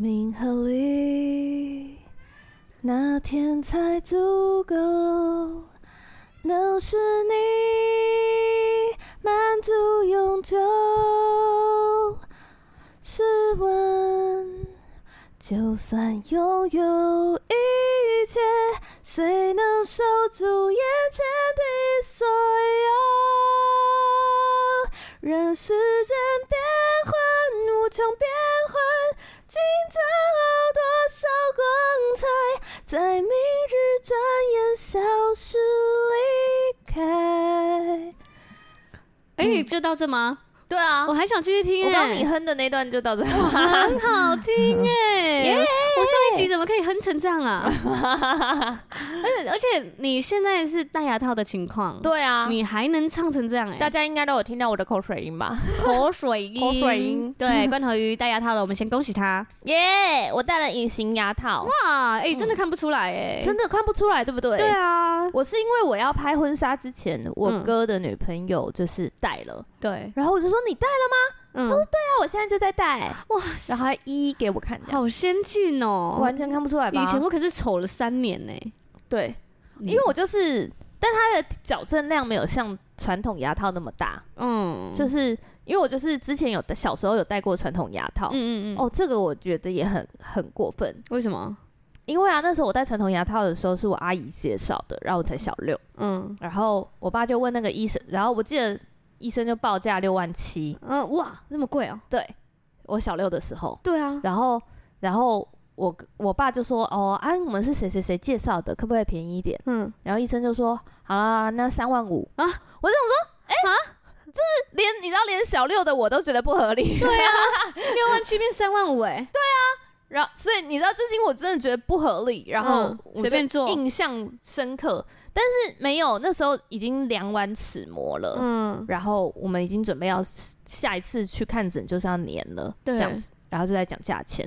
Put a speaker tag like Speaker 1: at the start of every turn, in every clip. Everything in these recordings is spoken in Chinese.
Speaker 1: 冥河里，那天才足够，能使你满足永久。试问，就算拥有一切，谁能守住眼前的所有？任时间变幻无穷变幻，今朝多少光彩，在明日转眼消失离开。
Speaker 2: 哎、就到这吗？
Speaker 1: 对嗯啊
Speaker 2: 我还想继续听
Speaker 1: 我
Speaker 2: 哎、
Speaker 1: 刚你哼的那段就 到这，
Speaker 2: 很好听哎、
Speaker 1: 嗯耶
Speaker 2: 我上一集怎么可以哼成这 样啊？而且而且你现在是戴牙套的情况，、
Speaker 1: 对啊，
Speaker 2: 你还能唱成这样哎、
Speaker 1: 大家应该都有听到我的口水音 吧？
Speaker 2: 口水音，
Speaker 1: 口水音嗯
Speaker 2: 对，罐头鱼戴牙套了，我们先恭喜他。
Speaker 1: 耶、我戴了隐形牙套，
Speaker 2: 哇，哎、真的看不出来哎、
Speaker 1: 真的看不出来，对不对？
Speaker 2: 对啊，
Speaker 1: 我是因为我要拍婚纱之前，我
Speaker 2: 嗯
Speaker 1: 哥的女朋友就是戴了，
Speaker 2: 对，
Speaker 1: 然后我就说你戴了吗？
Speaker 2: 嗯，
Speaker 1: 那我现在就在戴，
Speaker 2: 哇，
Speaker 1: 然后他一一给我看，这样
Speaker 2: 好先进哦、
Speaker 1: 完全看不出来吧？
Speaker 2: 以前我可是丑了三年呢、
Speaker 1: 对，
Speaker 2: 嗯
Speaker 1: 因为我就是，但它的矫正量没有像传统牙套那么大，
Speaker 2: 嗯，
Speaker 1: 就是因为我就是之前有戴小时候有戴过传统牙套，
Speaker 2: 嗯嗯嗯，
Speaker 1: 哦，这个我觉得也很很过分，
Speaker 2: 为什么？
Speaker 1: 因为啊，那时候我戴传统牙套的时候是我阿姨介绍的，然后我才小六，
Speaker 2: 嗯
Speaker 1: 然后我爸就问那个医生，然后我记得医生就报价六万七，
Speaker 2: 嗯，哇，那么贵哦、
Speaker 1: 对我小六的时候，
Speaker 2: 对啊，
Speaker 1: 然后然后我我爸就说，哦，啊，我们是谁谁谁介绍的，可不可以便宜一点？
Speaker 2: 嗯，
Speaker 1: 然后医生就说，好啦，那三万五
Speaker 2: 啊
Speaker 1: 啊，我就想说，哎、就是连你知道，连小六的我都觉得不合理，
Speaker 2: 六万七变三万五哎、
Speaker 1: 然后，所以你知道，最近我真的觉得不合理，然后
Speaker 2: 嗯
Speaker 1: 我
Speaker 2: 随便
Speaker 1: 就
Speaker 2: 做
Speaker 1: 印象深刻。但是没有，那时候已经量完齿模了，
Speaker 2: 嗯，
Speaker 1: 然后我们已经准备要下一次去看诊就是要年了，
Speaker 2: 对
Speaker 1: 这样子，然后就在讲价钱，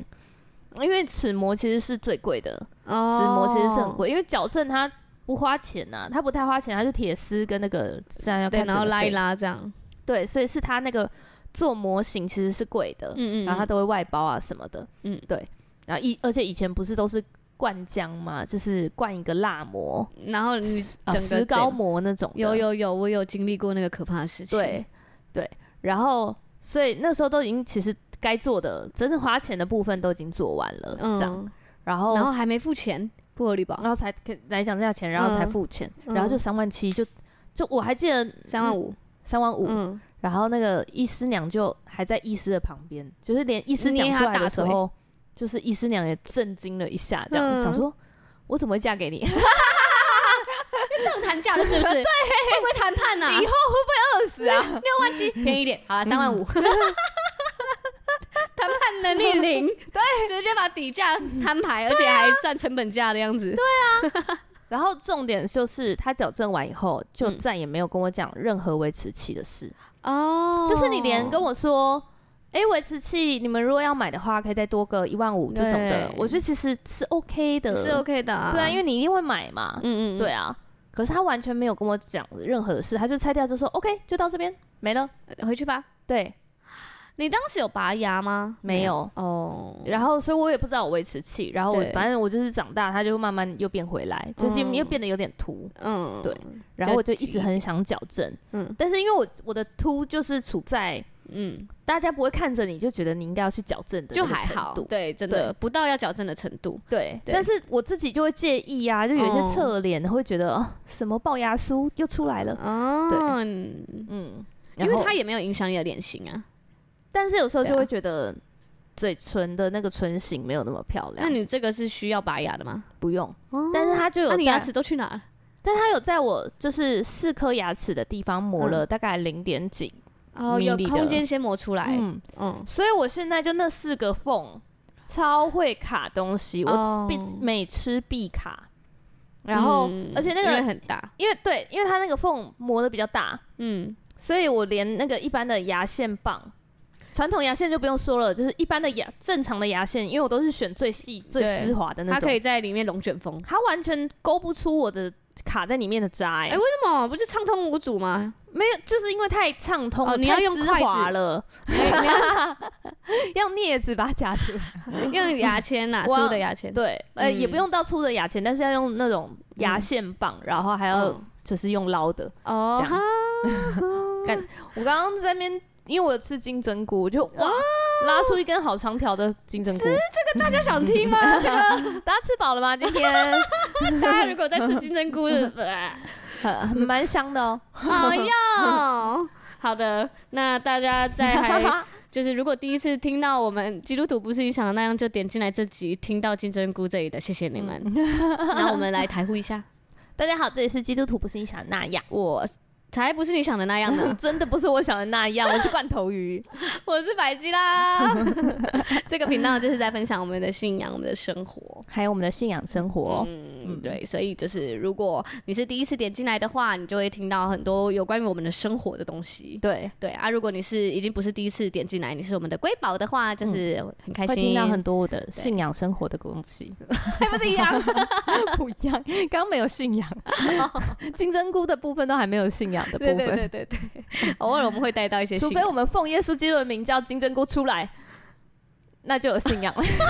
Speaker 1: 因为齿模其实是最贵的，齿
Speaker 2: 哦
Speaker 1: 模其实是很贵，因为矫正它不花钱呐、它不太花钱，它就铁丝跟那个这样要看
Speaker 2: 哦对，
Speaker 1: 诊
Speaker 2: 然后
Speaker 1: 的
Speaker 2: 拉
Speaker 1: 费
Speaker 2: 一拉这样，
Speaker 1: 对，所以是它那个做模型其实是贵的，
Speaker 2: 嗯嗯，
Speaker 1: 然后它都会外包啊什么的，
Speaker 2: 嗯
Speaker 1: 嗯，对。然后以而且以前不是都是灌浆嘛，就是灌一个蜡膜、
Speaker 2: 然后你
Speaker 1: 啊、
Speaker 2: 整个
Speaker 1: 石膏膜那种的，
Speaker 2: 有有有，我有经历过那个可怕的事情，
Speaker 1: 对对。然后所以那时候都已经其实该做的，真正花钱的部分都已经做完了，
Speaker 2: 嗯，
Speaker 1: 这样。然后
Speaker 2: 然后还没付钱，不合理吧
Speaker 1: 然？后才来讲价钱，然后才付钱，
Speaker 2: 嗯
Speaker 1: 然后就三万七，就就我还记得
Speaker 2: 三万五，
Speaker 1: 三万五，
Speaker 2: 嗯，
Speaker 1: 然后那个医师娘就还在医师的旁边，就是连医师讲
Speaker 2: 捏
Speaker 1: 出
Speaker 2: 她
Speaker 1: 来
Speaker 2: 大
Speaker 1: 的时
Speaker 2: 腿
Speaker 1: 候，就是医师娘也震惊了一下，这样、
Speaker 2: 嗯
Speaker 1: 想说，我怎么会嫁给你？
Speaker 2: 这样谈价的是不是？对，会不会谈判呐？
Speaker 1: 以后会不会饿死啊？ 嗯
Speaker 2: 六万七便宜一点，好了，三万五。谈判能力零， 对，直接把底价摊
Speaker 1: 啊
Speaker 2: 牌，而且还算成本价的样子。对，
Speaker 1: 然后重点就是他矫正完以后，就
Speaker 2: 嗯
Speaker 1: 再也没有跟我讲任何维持器的事，
Speaker 2: 哦
Speaker 1: 啊就是你连跟我说。哎，维持器，你们如果要买的话，可以再多个一万五这种的
Speaker 2: 对，
Speaker 1: 我觉得其实是 OK 的，
Speaker 2: 是 OK 的啊，
Speaker 1: 对啊，因为你一定会买嘛。
Speaker 2: 嗯嗯，嗯
Speaker 1: 对，啊，可是他完全没有跟我讲任何事，他就拆掉就说 OK，就到这边没了。
Speaker 2: 回去吧。
Speaker 1: 对，
Speaker 2: 你当时有拔牙吗？
Speaker 1: 没有
Speaker 2: 哦，
Speaker 1: 然后所以我也不知道我维持器，然后我
Speaker 2: 对
Speaker 1: 反正我就是长大，它就会慢慢又变回来，就是
Speaker 2: 嗯
Speaker 1: 又变得有点凸。
Speaker 2: 嗯，
Speaker 1: 对然后我就一
Speaker 2: 急
Speaker 1: 直
Speaker 2: 一
Speaker 1: 很想矫正，
Speaker 2: 嗯
Speaker 1: 但是因为我我的凸就是处在
Speaker 2: 嗯，
Speaker 1: 大家不会看着你就觉得你应该要去矫正的
Speaker 2: 就
Speaker 1: 那个
Speaker 2: 还
Speaker 1: 程
Speaker 2: 好，
Speaker 1: 度
Speaker 2: 对，真的不到要矫正的程度。
Speaker 1: 对，
Speaker 2: 对
Speaker 1: 但是我自己就会介意啊，就有一
Speaker 2: 哦
Speaker 1: 些侧脸会觉得、哦什么龅牙酥又出来了，
Speaker 2: 哦，嗯
Speaker 1: 嗯，
Speaker 2: 因
Speaker 1: 然
Speaker 2: 为
Speaker 1: 后
Speaker 2: 它也没有影响你的脸型啊。
Speaker 1: 但是有时候
Speaker 2: 对
Speaker 1: 就
Speaker 2: 啊
Speaker 1: 会觉得嘴唇的那个唇形没有那么漂亮。
Speaker 2: 那你这个是需要拔牙的吗？
Speaker 1: 不用，
Speaker 2: 哦
Speaker 1: 但是它就有
Speaker 2: 那
Speaker 1: 在，
Speaker 2: 你牙齿都去哪了？
Speaker 1: 但它有在我就是四颗牙齿的地方磨
Speaker 2: 嗯
Speaker 1: 了大概零点几，
Speaker 2: 哦，
Speaker 1: 迷
Speaker 2: 有
Speaker 1: 你的
Speaker 2: 空间先磨出来。
Speaker 1: 嗯，
Speaker 2: 嗯，
Speaker 1: 所以我现在就那四个缝超会卡东西，我
Speaker 2: 哦
Speaker 1: 必每吃必卡，然后、
Speaker 2: 嗯
Speaker 1: 而且那
Speaker 2: 因为
Speaker 1: 个
Speaker 2: 很大。
Speaker 1: 因为对，因为它那个缝磨的比较大，
Speaker 2: 嗯，
Speaker 1: 所以我连那个一般的牙线棒。传统牙线就不用说了，就是一般的牙正常的牙线，因为我都是选最细最
Speaker 2: 对
Speaker 1: 丝滑的那
Speaker 2: 它
Speaker 1: 种，
Speaker 2: 可以在里面龙卷风。
Speaker 1: 它完全勾不出我的卡在里面的渣、欸，
Speaker 2: 哎、为什么不是畅通无阻吗？
Speaker 1: 没有，就是因为太畅通了，
Speaker 2: 哦你要
Speaker 1: 太
Speaker 2: 用
Speaker 1: 丝
Speaker 2: 筷子
Speaker 1: 滑了，
Speaker 2: 你要
Speaker 1: 用镊子把它夹住。
Speaker 2: 用牙签 呐、
Speaker 1: 我
Speaker 2: 粗的牙签。
Speaker 1: 对，呃，也
Speaker 2: 嗯
Speaker 1: 不用到粗的牙签，但是要用那种牙线棒，然后还要
Speaker 2: 嗯
Speaker 1: 就是用捞的。
Speaker 2: 哦
Speaker 1: 这样
Speaker 2: 哈，
Speaker 1: 我刚刚在那边，因为我有吃金针菇，我就
Speaker 2: 啊
Speaker 1: 哇，拉出一根好长条的金针菇。
Speaker 2: 大家想听吗？这个
Speaker 1: 大家吃饱了吗？今天
Speaker 2: 大家如果在吃金针菇， 就是呃
Speaker 1: 很很蛮香的哦。
Speaker 2: 哎呦，好的，那大家在 还就是如果第一次听到我们基督徒不是你想的那样，就点进来这集，听到金针菇这里的，谢谢你们。那我们来台呼一下，
Speaker 1: 大家好，这里是基督徒，不是你想的那样。，
Speaker 2: 我才不是你想的那样呢
Speaker 1: 真的不是我想的那样，我是罐头鱼。
Speaker 2: 我是百基啦。 这个频道就是在分享我们的信仰，我们的生活。
Speaker 1: 还有我们的信仰生活，
Speaker 2: 嗯，对，所以就是如果你是第一次点进来的话，你就会听到很多有关于我们的生活的东西。
Speaker 1: 对，
Speaker 2: 对啊，如果你是已经不是第一次点进来，你是我们的瑰宝的话，就是很开
Speaker 1: 嗯会
Speaker 2: 心，
Speaker 1: 听到 很多我的信仰生活的东西。
Speaker 2: 还不是一样。
Speaker 1: 不一样，刚刚没有信仰，金针菇的部分都还没有信仰 的部
Speaker 2: 对
Speaker 1: 分，
Speaker 2: 对对对对， 偶尔我们会带到一些
Speaker 1: 除
Speaker 2: 新的，
Speaker 1: 非我们奉耶稣基督的名叫金针菇出来，那就有信仰了。什么东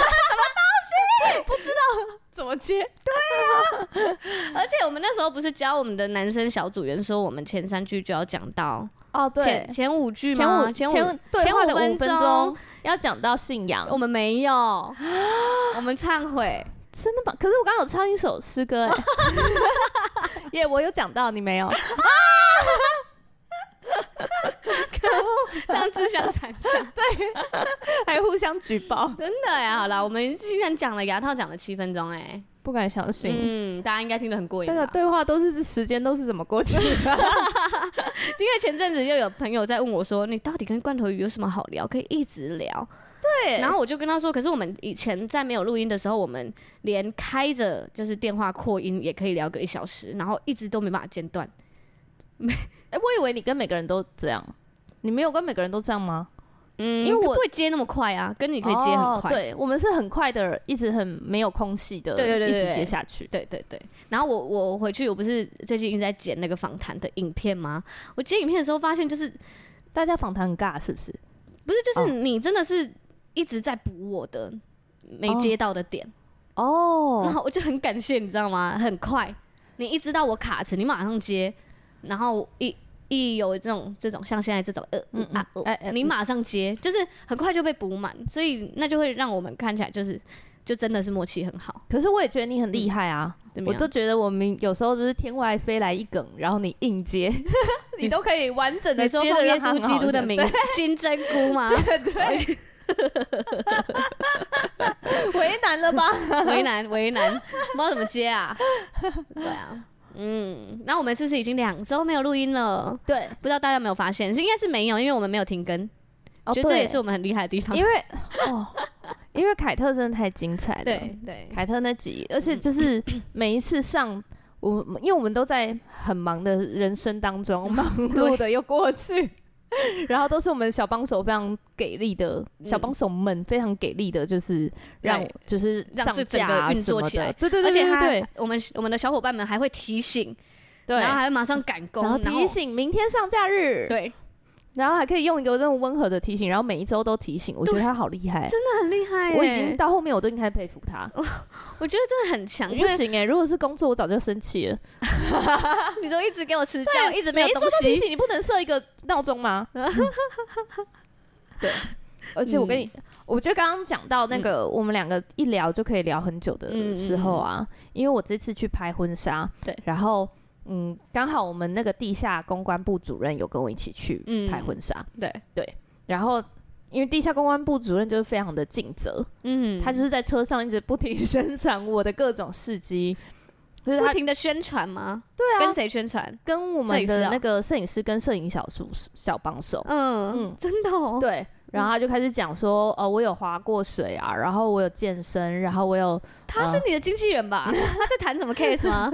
Speaker 1: 西？不知道怎么接。
Speaker 2: 而且我们那时候不是教我们的男生小组员说，我们前三句就要讲到
Speaker 1: 哦，对
Speaker 2: 前，前五句
Speaker 1: 前
Speaker 2: 吗？
Speaker 1: 五
Speaker 2: 前
Speaker 1: 前对话的
Speaker 2: 前
Speaker 1: 五分
Speaker 2: 五分
Speaker 1: 钟
Speaker 2: 钟
Speaker 1: 要讲到信仰
Speaker 2: 我，们 没有，我们忏悔。
Speaker 1: 真的吗？可是我刚刚有唱一首诗 歌、哎，耶，我有讲到，你 没有？
Speaker 2: 这样自相残杀，
Speaker 1: 还互相举报，
Speaker 2: 真的哎，好啦，我们竟然讲了牙套讲了七分钟哎，
Speaker 1: 不敢相信。
Speaker 2: 嗯，大家应该听得很过瘾
Speaker 1: 那个
Speaker 2: 吧？
Speaker 1: 对话啊欸都是时间都是怎么过去 的？
Speaker 2: 因为前阵子又有朋友在问我说，你到底跟罐头鱼有什么好聊？可以一直聊。
Speaker 1: 对
Speaker 2: 然后我就跟他说，可是我们以前在没有录音的时候，我们连开着就是电话扩音也可以聊个一小时，然后一直都没办法间断。
Speaker 1: 哎、我以为你跟每个人都这样，你没有跟每个人都这样吗？
Speaker 2: 嗯，
Speaker 1: 因为我
Speaker 2: 可不会接那么快啊，跟你可以接很快。
Speaker 1: 哦对我们是很快的，一直很没有空隙的，
Speaker 2: 对对对对
Speaker 1: 一直
Speaker 2: 对
Speaker 1: 接下去。
Speaker 2: 对对对，然后我我回去，我不是最近一直在剪那个访谈的影片吗？我剪影片的时候发现，就是
Speaker 1: 大家访谈很尬，是不是？
Speaker 2: 不是就
Speaker 1: 哦
Speaker 2: 是你真的是一直在补我的没
Speaker 1: 哦
Speaker 2: 接到的点，然
Speaker 1: 哦，
Speaker 2: 后我就很感谢，你知道吗？很快，你一知道我卡词，你马上接，然后一一有这种这种像现在这种呃嗯啊
Speaker 1: 嗯
Speaker 2: 呃
Speaker 1: 哎哎
Speaker 2: 你马上接，就是很快就被补满，所以那就会让我们看起来就是就真的是默契很好，
Speaker 1: 可是我也觉得你很厉害啊！
Speaker 2: 怎么
Speaker 1: 我
Speaker 2: 样
Speaker 1: 都觉得我们有时候就是天外飞来一梗，然后你硬接， 你都可以完整的
Speaker 2: 你说
Speaker 1: 接
Speaker 2: 奉
Speaker 1: 的
Speaker 2: 耶
Speaker 1: 让他
Speaker 2: 稣基督的名金针 菇吗？
Speaker 1: 对， 为难了吧？
Speaker 2: 为难为难，不知道怎么接啊。对啊，嗯，那我们是不是已经两周没有录音了？
Speaker 1: 对，
Speaker 2: 不知道大家有没有发现，是应该是没有，因为我们没有停更，觉得这也是我们很厉害的地方
Speaker 1: 哦因。为哦，因为凯特真的太精彩了。
Speaker 2: 对嗯对，
Speaker 1: 凯特那集，而且就是每一次上。我因为我们都在很忙的人生当
Speaker 2: 嗯
Speaker 1: 中，忙碌的又过去，然后都是我们小帮手非常给力的、小帮手们非常给力的，就是让
Speaker 2: 嗯对
Speaker 1: 就是
Speaker 2: 让
Speaker 1: 上
Speaker 2: 这整
Speaker 1: 架
Speaker 2: 个
Speaker 1: 啊
Speaker 2: 运
Speaker 1: 什
Speaker 2: 作
Speaker 1: 么
Speaker 2: 起
Speaker 1: 的
Speaker 2: 来
Speaker 1: 对对
Speaker 2: 而
Speaker 1: 对
Speaker 2: 且
Speaker 1: 对
Speaker 2: 他
Speaker 1: 对
Speaker 2: 我们我们的小伙伴们还会提醒，
Speaker 1: 对，
Speaker 2: 然后还会马上赶工，
Speaker 1: 然后
Speaker 2: 然
Speaker 1: 提醒明天上架日，，
Speaker 2: 对，
Speaker 1: 然后还可以用一个这种温和的提醒，然后每一周都提醒，我觉得
Speaker 2: 对
Speaker 1: 他好厉害，
Speaker 2: 真的很厉害耶。
Speaker 1: 我已经到后面我都已经开始佩服他，
Speaker 2: 我觉得真的很强，因
Speaker 1: 不
Speaker 2: 为
Speaker 1: 行哎，如果是工作我早就生气了，
Speaker 2: 你说一直给我吃胶，一直没有
Speaker 1: 每一次
Speaker 2: 东
Speaker 1: 都提
Speaker 2: 西，
Speaker 1: 醒你不能设一个闹钟 吗？对，而且我跟
Speaker 2: 嗯
Speaker 1: 你，我觉得刚刚讲到那个、我们两个一聊就可以聊很久的时候啊，因为我这次去拍婚纱，
Speaker 2: 嗯对
Speaker 1: 然后嗯，刚好我们那个地下公关部主任有跟我一起去
Speaker 2: 嗯
Speaker 1: 拍婚纱，
Speaker 2: 对
Speaker 1: 对，然后。因为地下公关部主任就是非常的尽责，
Speaker 2: 嗯，
Speaker 1: 他就是在车上一直不停生产我的各种事 迹，就是
Speaker 2: 不
Speaker 1: 他
Speaker 2: 停的宣传吗？
Speaker 1: 对啊，
Speaker 2: 跟谁宣传？
Speaker 1: 跟我
Speaker 2: 摄
Speaker 1: 们
Speaker 2: 影师
Speaker 1: 的
Speaker 2: 啊
Speaker 1: 那个摄影师跟摄影小助小帮手，嗯
Speaker 2: 嗯，真的哦，
Speaker 1: 对，然后他就开始讲说，呃，我有划过水啊，然后我有健身，然后我 有，
Speaker 2: 他是你的经纪人
Speaker 1: 啊
Speaker 2: 吧？他在谈什么 case 吗？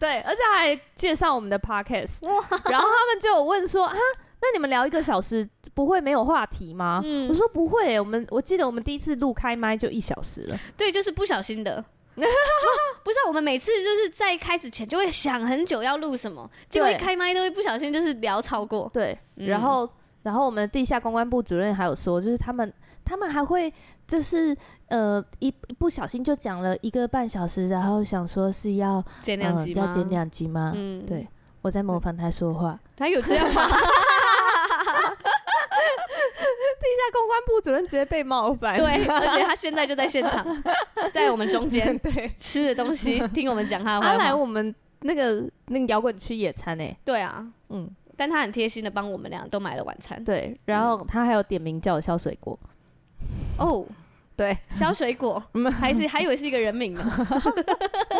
Speaker 1: 对，而且还介绍我们的 podcast，
Speaker 2: 哇，
Speaker 1: 然后他们就有问说啊，那你们聊一个小时不会没有话题吗？
Speaker 2: 嗯
Speaker 1: 我说不会、我们我记得我们第一次录开麦就一小时了，
Speaker 2: 对，就是不小心 的。不是啊、我们每次就是在开始前就会想很久要录什么，结果一
Speaker 1: 对
Speaker 2: 开麦都会不小心就是聊超过。
Speaker 1: 对，
Speaker 2: 嗯
Speaker 1: 然后然后我们地下公关部主任还有说，就是他们他们还会就是呃一不小心就讲了一个半小时，然后想说是要
Speaker 2: 减两
Speaker 1: 呃
Speaker 2: 集吗？
Speaker 1: 要剪两集吗？
Speaker 2: 嗯
Speaker 1: 对，我在模仿他说话。
Speaker 2: 他有这样 吗？
Speaker 1: 地下公关部主任直接被冒犯
Speaker 2: 对，而且他现在就在现场，在我们中间
Speaker 1: 对，
Speaker 2: 吃的东西，听我们讲他 的
Speaker 1: 他
Speaker 2: 坏
Speaker 1: 来
Speaker 2: 话。
Speaker 1: 我们那个那个摇滚区野餐诶、欸
Speaker 2: 对啊，
Speaker 1: 嗯，
Speaker 2: 但他很贴心的帮我们俩都买了晚餐。
Speaker 1: 对，然后他还有点名叫我削水果，
Speaker 2: 哦，
Speaker 1: 对，
Speaker 2: 小水果
Speaker 1: 嗯，
Speaker 2: 还是还以为是一个人名呢。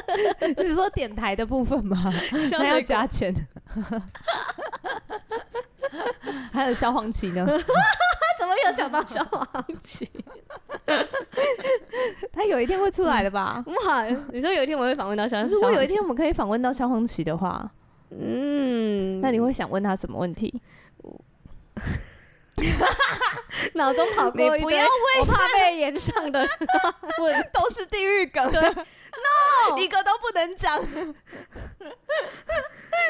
Speaker 1: 你是说点台的部分 吗？
Speaker 2: 小
Speaker 1: 那要
Speaker 2: 水果
Speaker 1: 加钱。 还有消黄旗呢，
Speaker 2: 怎么有讲到小黄旗？
Speaker 1: 他有一天会出来的吧？嗯
Speaker 2: 哇， 你说有一天我会访问到小，
Speaker 1: 如果
Speaker 2: 小
Speaker 1: 有一
Speaker 2: 黄旗，
Speaker 1: 天我们可以访问到消黄旗的话，
Speaker 2: 嗯，
Speaker 1: 那你会想问他什么问题？
Speaker 2: 脑中跑过一堆
Speaker 1: 你不要
Speaker 2: 我怕被延 上的问，
Speaker 1: 都是地狱梗
Speaker 2: 对
Speaker 1: 一个都不能讲。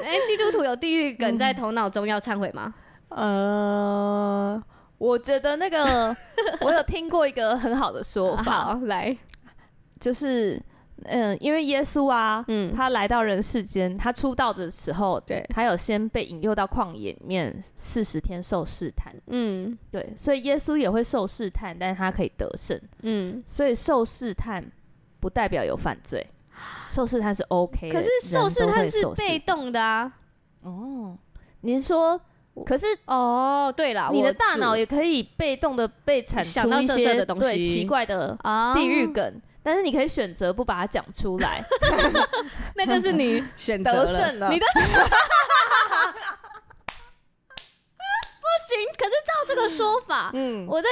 Speaker 2: 哎，基督徒有地狱梗
Speaker 1: 嗯
Speaker 2: 在头脑中要忏悔吗？
Speaker 1: 呃，我觉得那 个我有听过一个很好的说法，
Speaker 2: 好，来，
Speaker 1: 就是嗯，因为耶稣啊，
Speaker 2: 嗯，
Speaker 1: 他来到人世间，他出道的时候，
Speaker 2: 对
Speaker 1: 他有先被引诱到旷野里面四十天受试探，
Speaker 2: 嗯
Speaker 1: 对，所以耶稣也会受试探，但是他可以得胜，
Speaker 2: 嗯，
Speaker 1: 所以受试探不代表有犯罪，受试探是 OK 的。
Speaker 2: 可是受试
Speaker 1: 人都
Speaker 2: 他
Speaker 1: 会
Speaker 2: 是
Speaker 1: 受试
Speaker 2: 被动的啊。
Speaker 1: 哦，你是说，可是
Speaker 2: 哦，对了，
Speaker 1: 你的
Speaker 2: 我
Speaker 1: 大
Speaker 2: 只
Speaker 1: 脑也可以被动的被产
Speaker 2: 想
Speaker 1: 出
Speaker 2: 到
Speaker 1: 一
Speaker 2: 色色
Speaker 1: 些
Speaker 2: 的东
Speaker 1: 对
Speaker 2: 西
Speaker 1: 奇怪的
Speaker 2: 啊
Speaker 1: 地狱，梗，但是你可以选择不把它讲出 来。
Speaker 2: 那就是 你选择
Speaker 1: 得胜了
Speaker 2: 你的不行。可是照这个说法，
Speaker 1: 嗯，
Speaker 2: 我在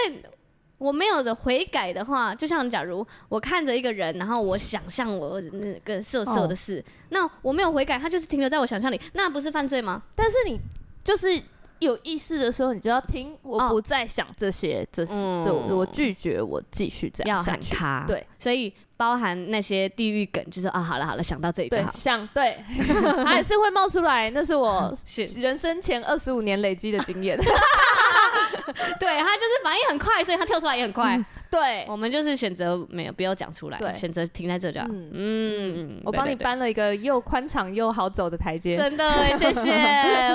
Speaker 2: 我没有的悔改的话，就像假如我看着一个人，然后我想象我那个色色的事，
Speaker 1: 哦
Speaker 2: 那我没有悔改，他就是停留在我想象里，那不是犯罪吗？
Speaker 1: 但是你就是有意识的时候，你就要听，我
Speaker 2: 哦
Speaker 1: 不再想这些，这些，
Speaker 2: 嗯
Speaker 1: 对我我拒绝，我继续这
Speaker 2: 要
Speaker 1: 样下
Speaker 2: 喊
Speaker 1: 去。
Speaker 2: 卡，
Speaker 1: 对，
Speaker 2: 所以包含那些地狱梗，就是啊，好了好了，想到这里就
Speaker 1: 对
Speaker 2: 好，，
Speaker 1: 想对， 它还是会冒出来。那是我
Speaker 2: 是
Speaker 1: 人生前二十五年累积的经验。
Speaker 2: 对他就是反应很快，所以他跳出来也很快。
Speaker 1: 对，
Speaker 2: 我们就是选择没有不要讲出
Speaker 1: 嗯对
Speaker 2: 来，选择停在这就好。
Speaker 1: 嗯
Speaker 2: 嗯，
Speaker 1: 我帮你搬了一个又宽敞又好走的台
Speaker 2: 对。
Speaker 1: 阶。
Speaker 2: 对对真的欸，谢 谢。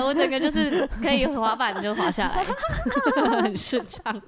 Speaker 2: 我整个就是可以滑板就滑下来， 很顺畅。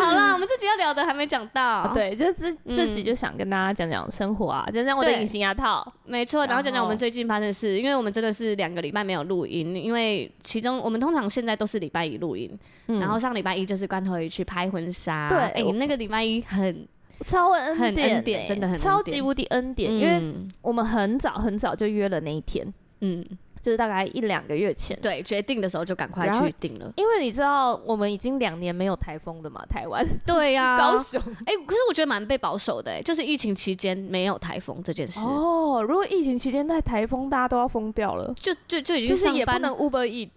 Speaker 2: 好啦，我们自己要聊的还没讲到。，
Speaker 1: 啊对，就是这这集
Speaker 2: 嗯
Speaker 1: 就想跟大家讲讲生活啊，讲讲我的
Speaker 2: 对
Speaker 1: 隐形牙套。
Speaker 2: 没错。然
Speaker 1: 然
Speaker 2: 后
Speaker 1: 后
Speaker 2: 讲讲我们最近发生的事，因为我们真的是两个礼拜没有录音，因为其中我们通常现在都是礼拜一录音，
Speaker 1: 嗯
Speaker 2: 然后上礼拜一就是关头一去拍婚纱。
Speaker 1: 对
Speaker 2: 哎
Speaker 1: 我，
Speaker 2: 那个礼拜一很
Speaker 1: 超恩
Speaker 2: 很恩
Speaker 1: 典欸，
Speaker 2: 典真的很恩
Speaker 1: 超
Speaker 2: 典
Speaker 1: 级无敌恩典，因为
Speaker 2: 嗯
Speaker 1: 我们很早很早就约了那一天，
Speaker 2: 嗯，
Speaker 1: 就是大概一两个月前。
Speaker 2: 对，决定的时候就赶快
Speaker 1: 然后
Speaker 2: 去定了。
Speaker 1: 因为你知道，我们已经两年没有台风了嘛，台湾、
Speaker 2: 对 呀，
Speaker 1: 高雄。
Speaker 2: 哎、可是我觉得蛮被保守的、欸，就是疫情期间没有台风这件事，
Speaker 1: 哦，如果疫情期间在台风，大家都要疯掉了，
Speaker 2: 就就就已
Speaker 1: 就
Speaker 2: 经
Speaker 1: 是
Speaker 2: 上
Speaker 1: 也不
Speaker 2: 班，
Speaker 1: 能 Uber E，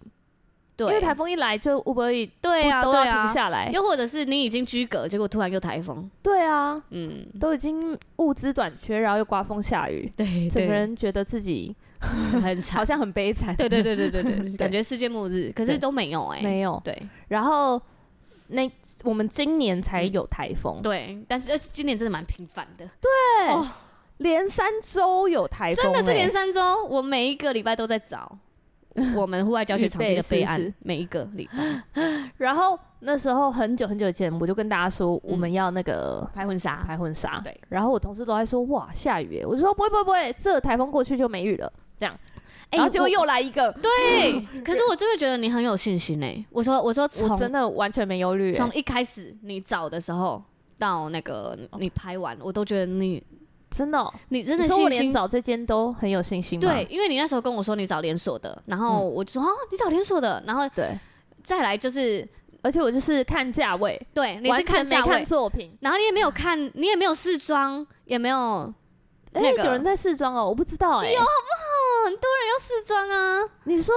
Speaker 1: 因为
Speaker 2: 对
Speaker 1: 台风一来就 Uber E
Speaker 2: 对啊
Speaker 1: 都
Speaker 2: 对
Speaker 1: 要停
Speaker 2: 啊，
Speaker 1: 下来。
Speaker 2: 又或者是你已经居隔，结果突然又台风，
Speaker 1: 对啊，
Speaker 2: 嗯，
Speaker 1: 都已经物资短缺，然后又刮风下雨，
Speaker 2: 对，
Speaker 1: 整
Speaker 2: 对
Speaker 1: 个人觉得自己
Speaker 2: 很
Speaker 1: 好
Speaker 2: 惨，
Speaker 1: 像很悲惨。
Speaker 2: 对对对对对 对，
Speaker 1: 对
Speaker 2: 感觉世界末日，可
Speaker 1: 对
Speaker 2: 是都没有哎、
Speaker 1: 没有。
Speaker 2: 对
Speaker 1: 然后那我们今年才有台风，
Speaker 2: 嗯对，但是呃今年真的蛮频繁 的，
Speaker 1: 对
Speaker 2: 哦
Speaker 1: 连三周有台风、
Speaker 2: 真的是
Speaker 1: 欸
Speaker 2: 连三周，我每一个礼拜都在找我们户外教学场地的备 案，
Speaker 1: 预备是不
Speaker 2: 每一个礼拜
Speaker 1: 然后那时候很久很久以前，我就跟大家说我
Speaker 2: 嗯
Speaker 1: 们要那个
Speaker 2: 拍婚纱，
Speaker 1: 拍婚纱，
Speaker 2: 对。
Speaker 1: 然后我同事都在说哇下雨欸耶，我就说不会不会不会，这台风过去就没雨了。
Speaker 2: 哎
Speaker 1: 然后结果
Speaker 2: 我
Speaker 1: 又来一个，
Speaker 2: 对，可是我真的觉得你很有信心哎、我说我说
Speaker 1: 我
Speaker 2: 从
Speaker 1: 真的完全没忧虑耶。欸
Speaker 2: 从一开始你找的时候到那个你拍完，我都觉得你
Speaker 1: 真的哦，
Speaker 2: 你真
Speaker 1: 你
Speaker 2: 的
Speaker 1: 说我
Speaker 2: 信
Speaker 1: 连
Speaker 2: 心。
Speaker 1: 找这间都很有信心吗？嗯
Speaker 2: 对，因为你那时候跟我说你找连锁的，然后我就说、哦，你找连锁的，然后
Speaker 1: 对，
Speaker 2: 再来就是
Speaker 1: 而且我就是看价位，
Speaker 2: 对，你
Speaker 1: 完
Speaker 2: 是
Speaker 1: 全
Speaker 2: 看
Speaker 1: 没
Speaker 2: 价位
Speaker 1: 看，作品。
Speaker 2: 然后你也没有看，你也没有试妆，也没有哦，
Speaker 1: 哎、
Speaker 2: 那个
Speaker 1: 有人在试妆哦，我不知道哎、
Speaker 2: 有很多人要试妆啊，
Speaker 1: 你说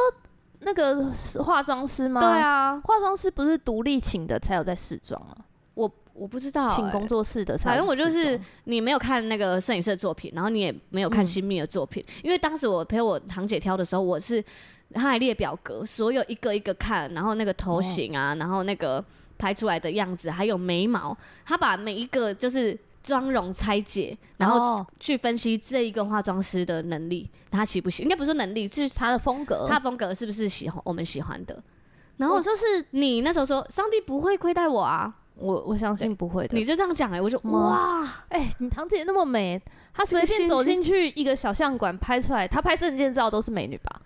Speaker 1: 那个是化妆师吗？
Speaker 2: 对，啊，
Speaker 1: 化妆师不是独立请的才有在试妆吗？
Speaker 2: 我我不知道、
Speaker 1: 请
Speaker 2: 欸
Speaker 1: 工作室的才有试妆。
Speaker 2: 反正我就是你没有看那个摄影师的作品，然后你也没有
Speaker 1: 嗯
Speaker 2: 看新密的作品，因为当时我陪我堂姐挑的时候，我是她还列表格，所有一个一个看，然后那个头型
Speaker 1: 哦
Speaker 2: 啊，然后那个拍出来的样子，还有眉毛，她把每一个就是妆容拆解，然后
Speaker 1: 哦
Speaker 2: 去分析这一个化妆师的能力，他喜不喜，应该不是说能力，是
Speaker 1: 他的风格，
Speaker 2: 他风格是不是喜欢我们喜欢的。然
Speaker 1: 我
Speaker 2: 后
Speaker 1: 就是
Speaker 2: 你那时候说，上帝不会亏待我啊，
Speaker 1: 我我相信不会的
Speaker 2: 你。就这样讲哎、我就
Speaker 1: 嗯
Speaker 2: 哇。
Speaker 1: 哎，你堂姐那么美，她
Speaker 2: 这
Speaker 1: 随
Speaker 2: 个
Speaker 1: 便
Speaker 2: 星
Speaker 1: 走进
Speaker 2: 星
Speaker 1: 去一个小相馆拍出来，她拍证件照都是美女吧？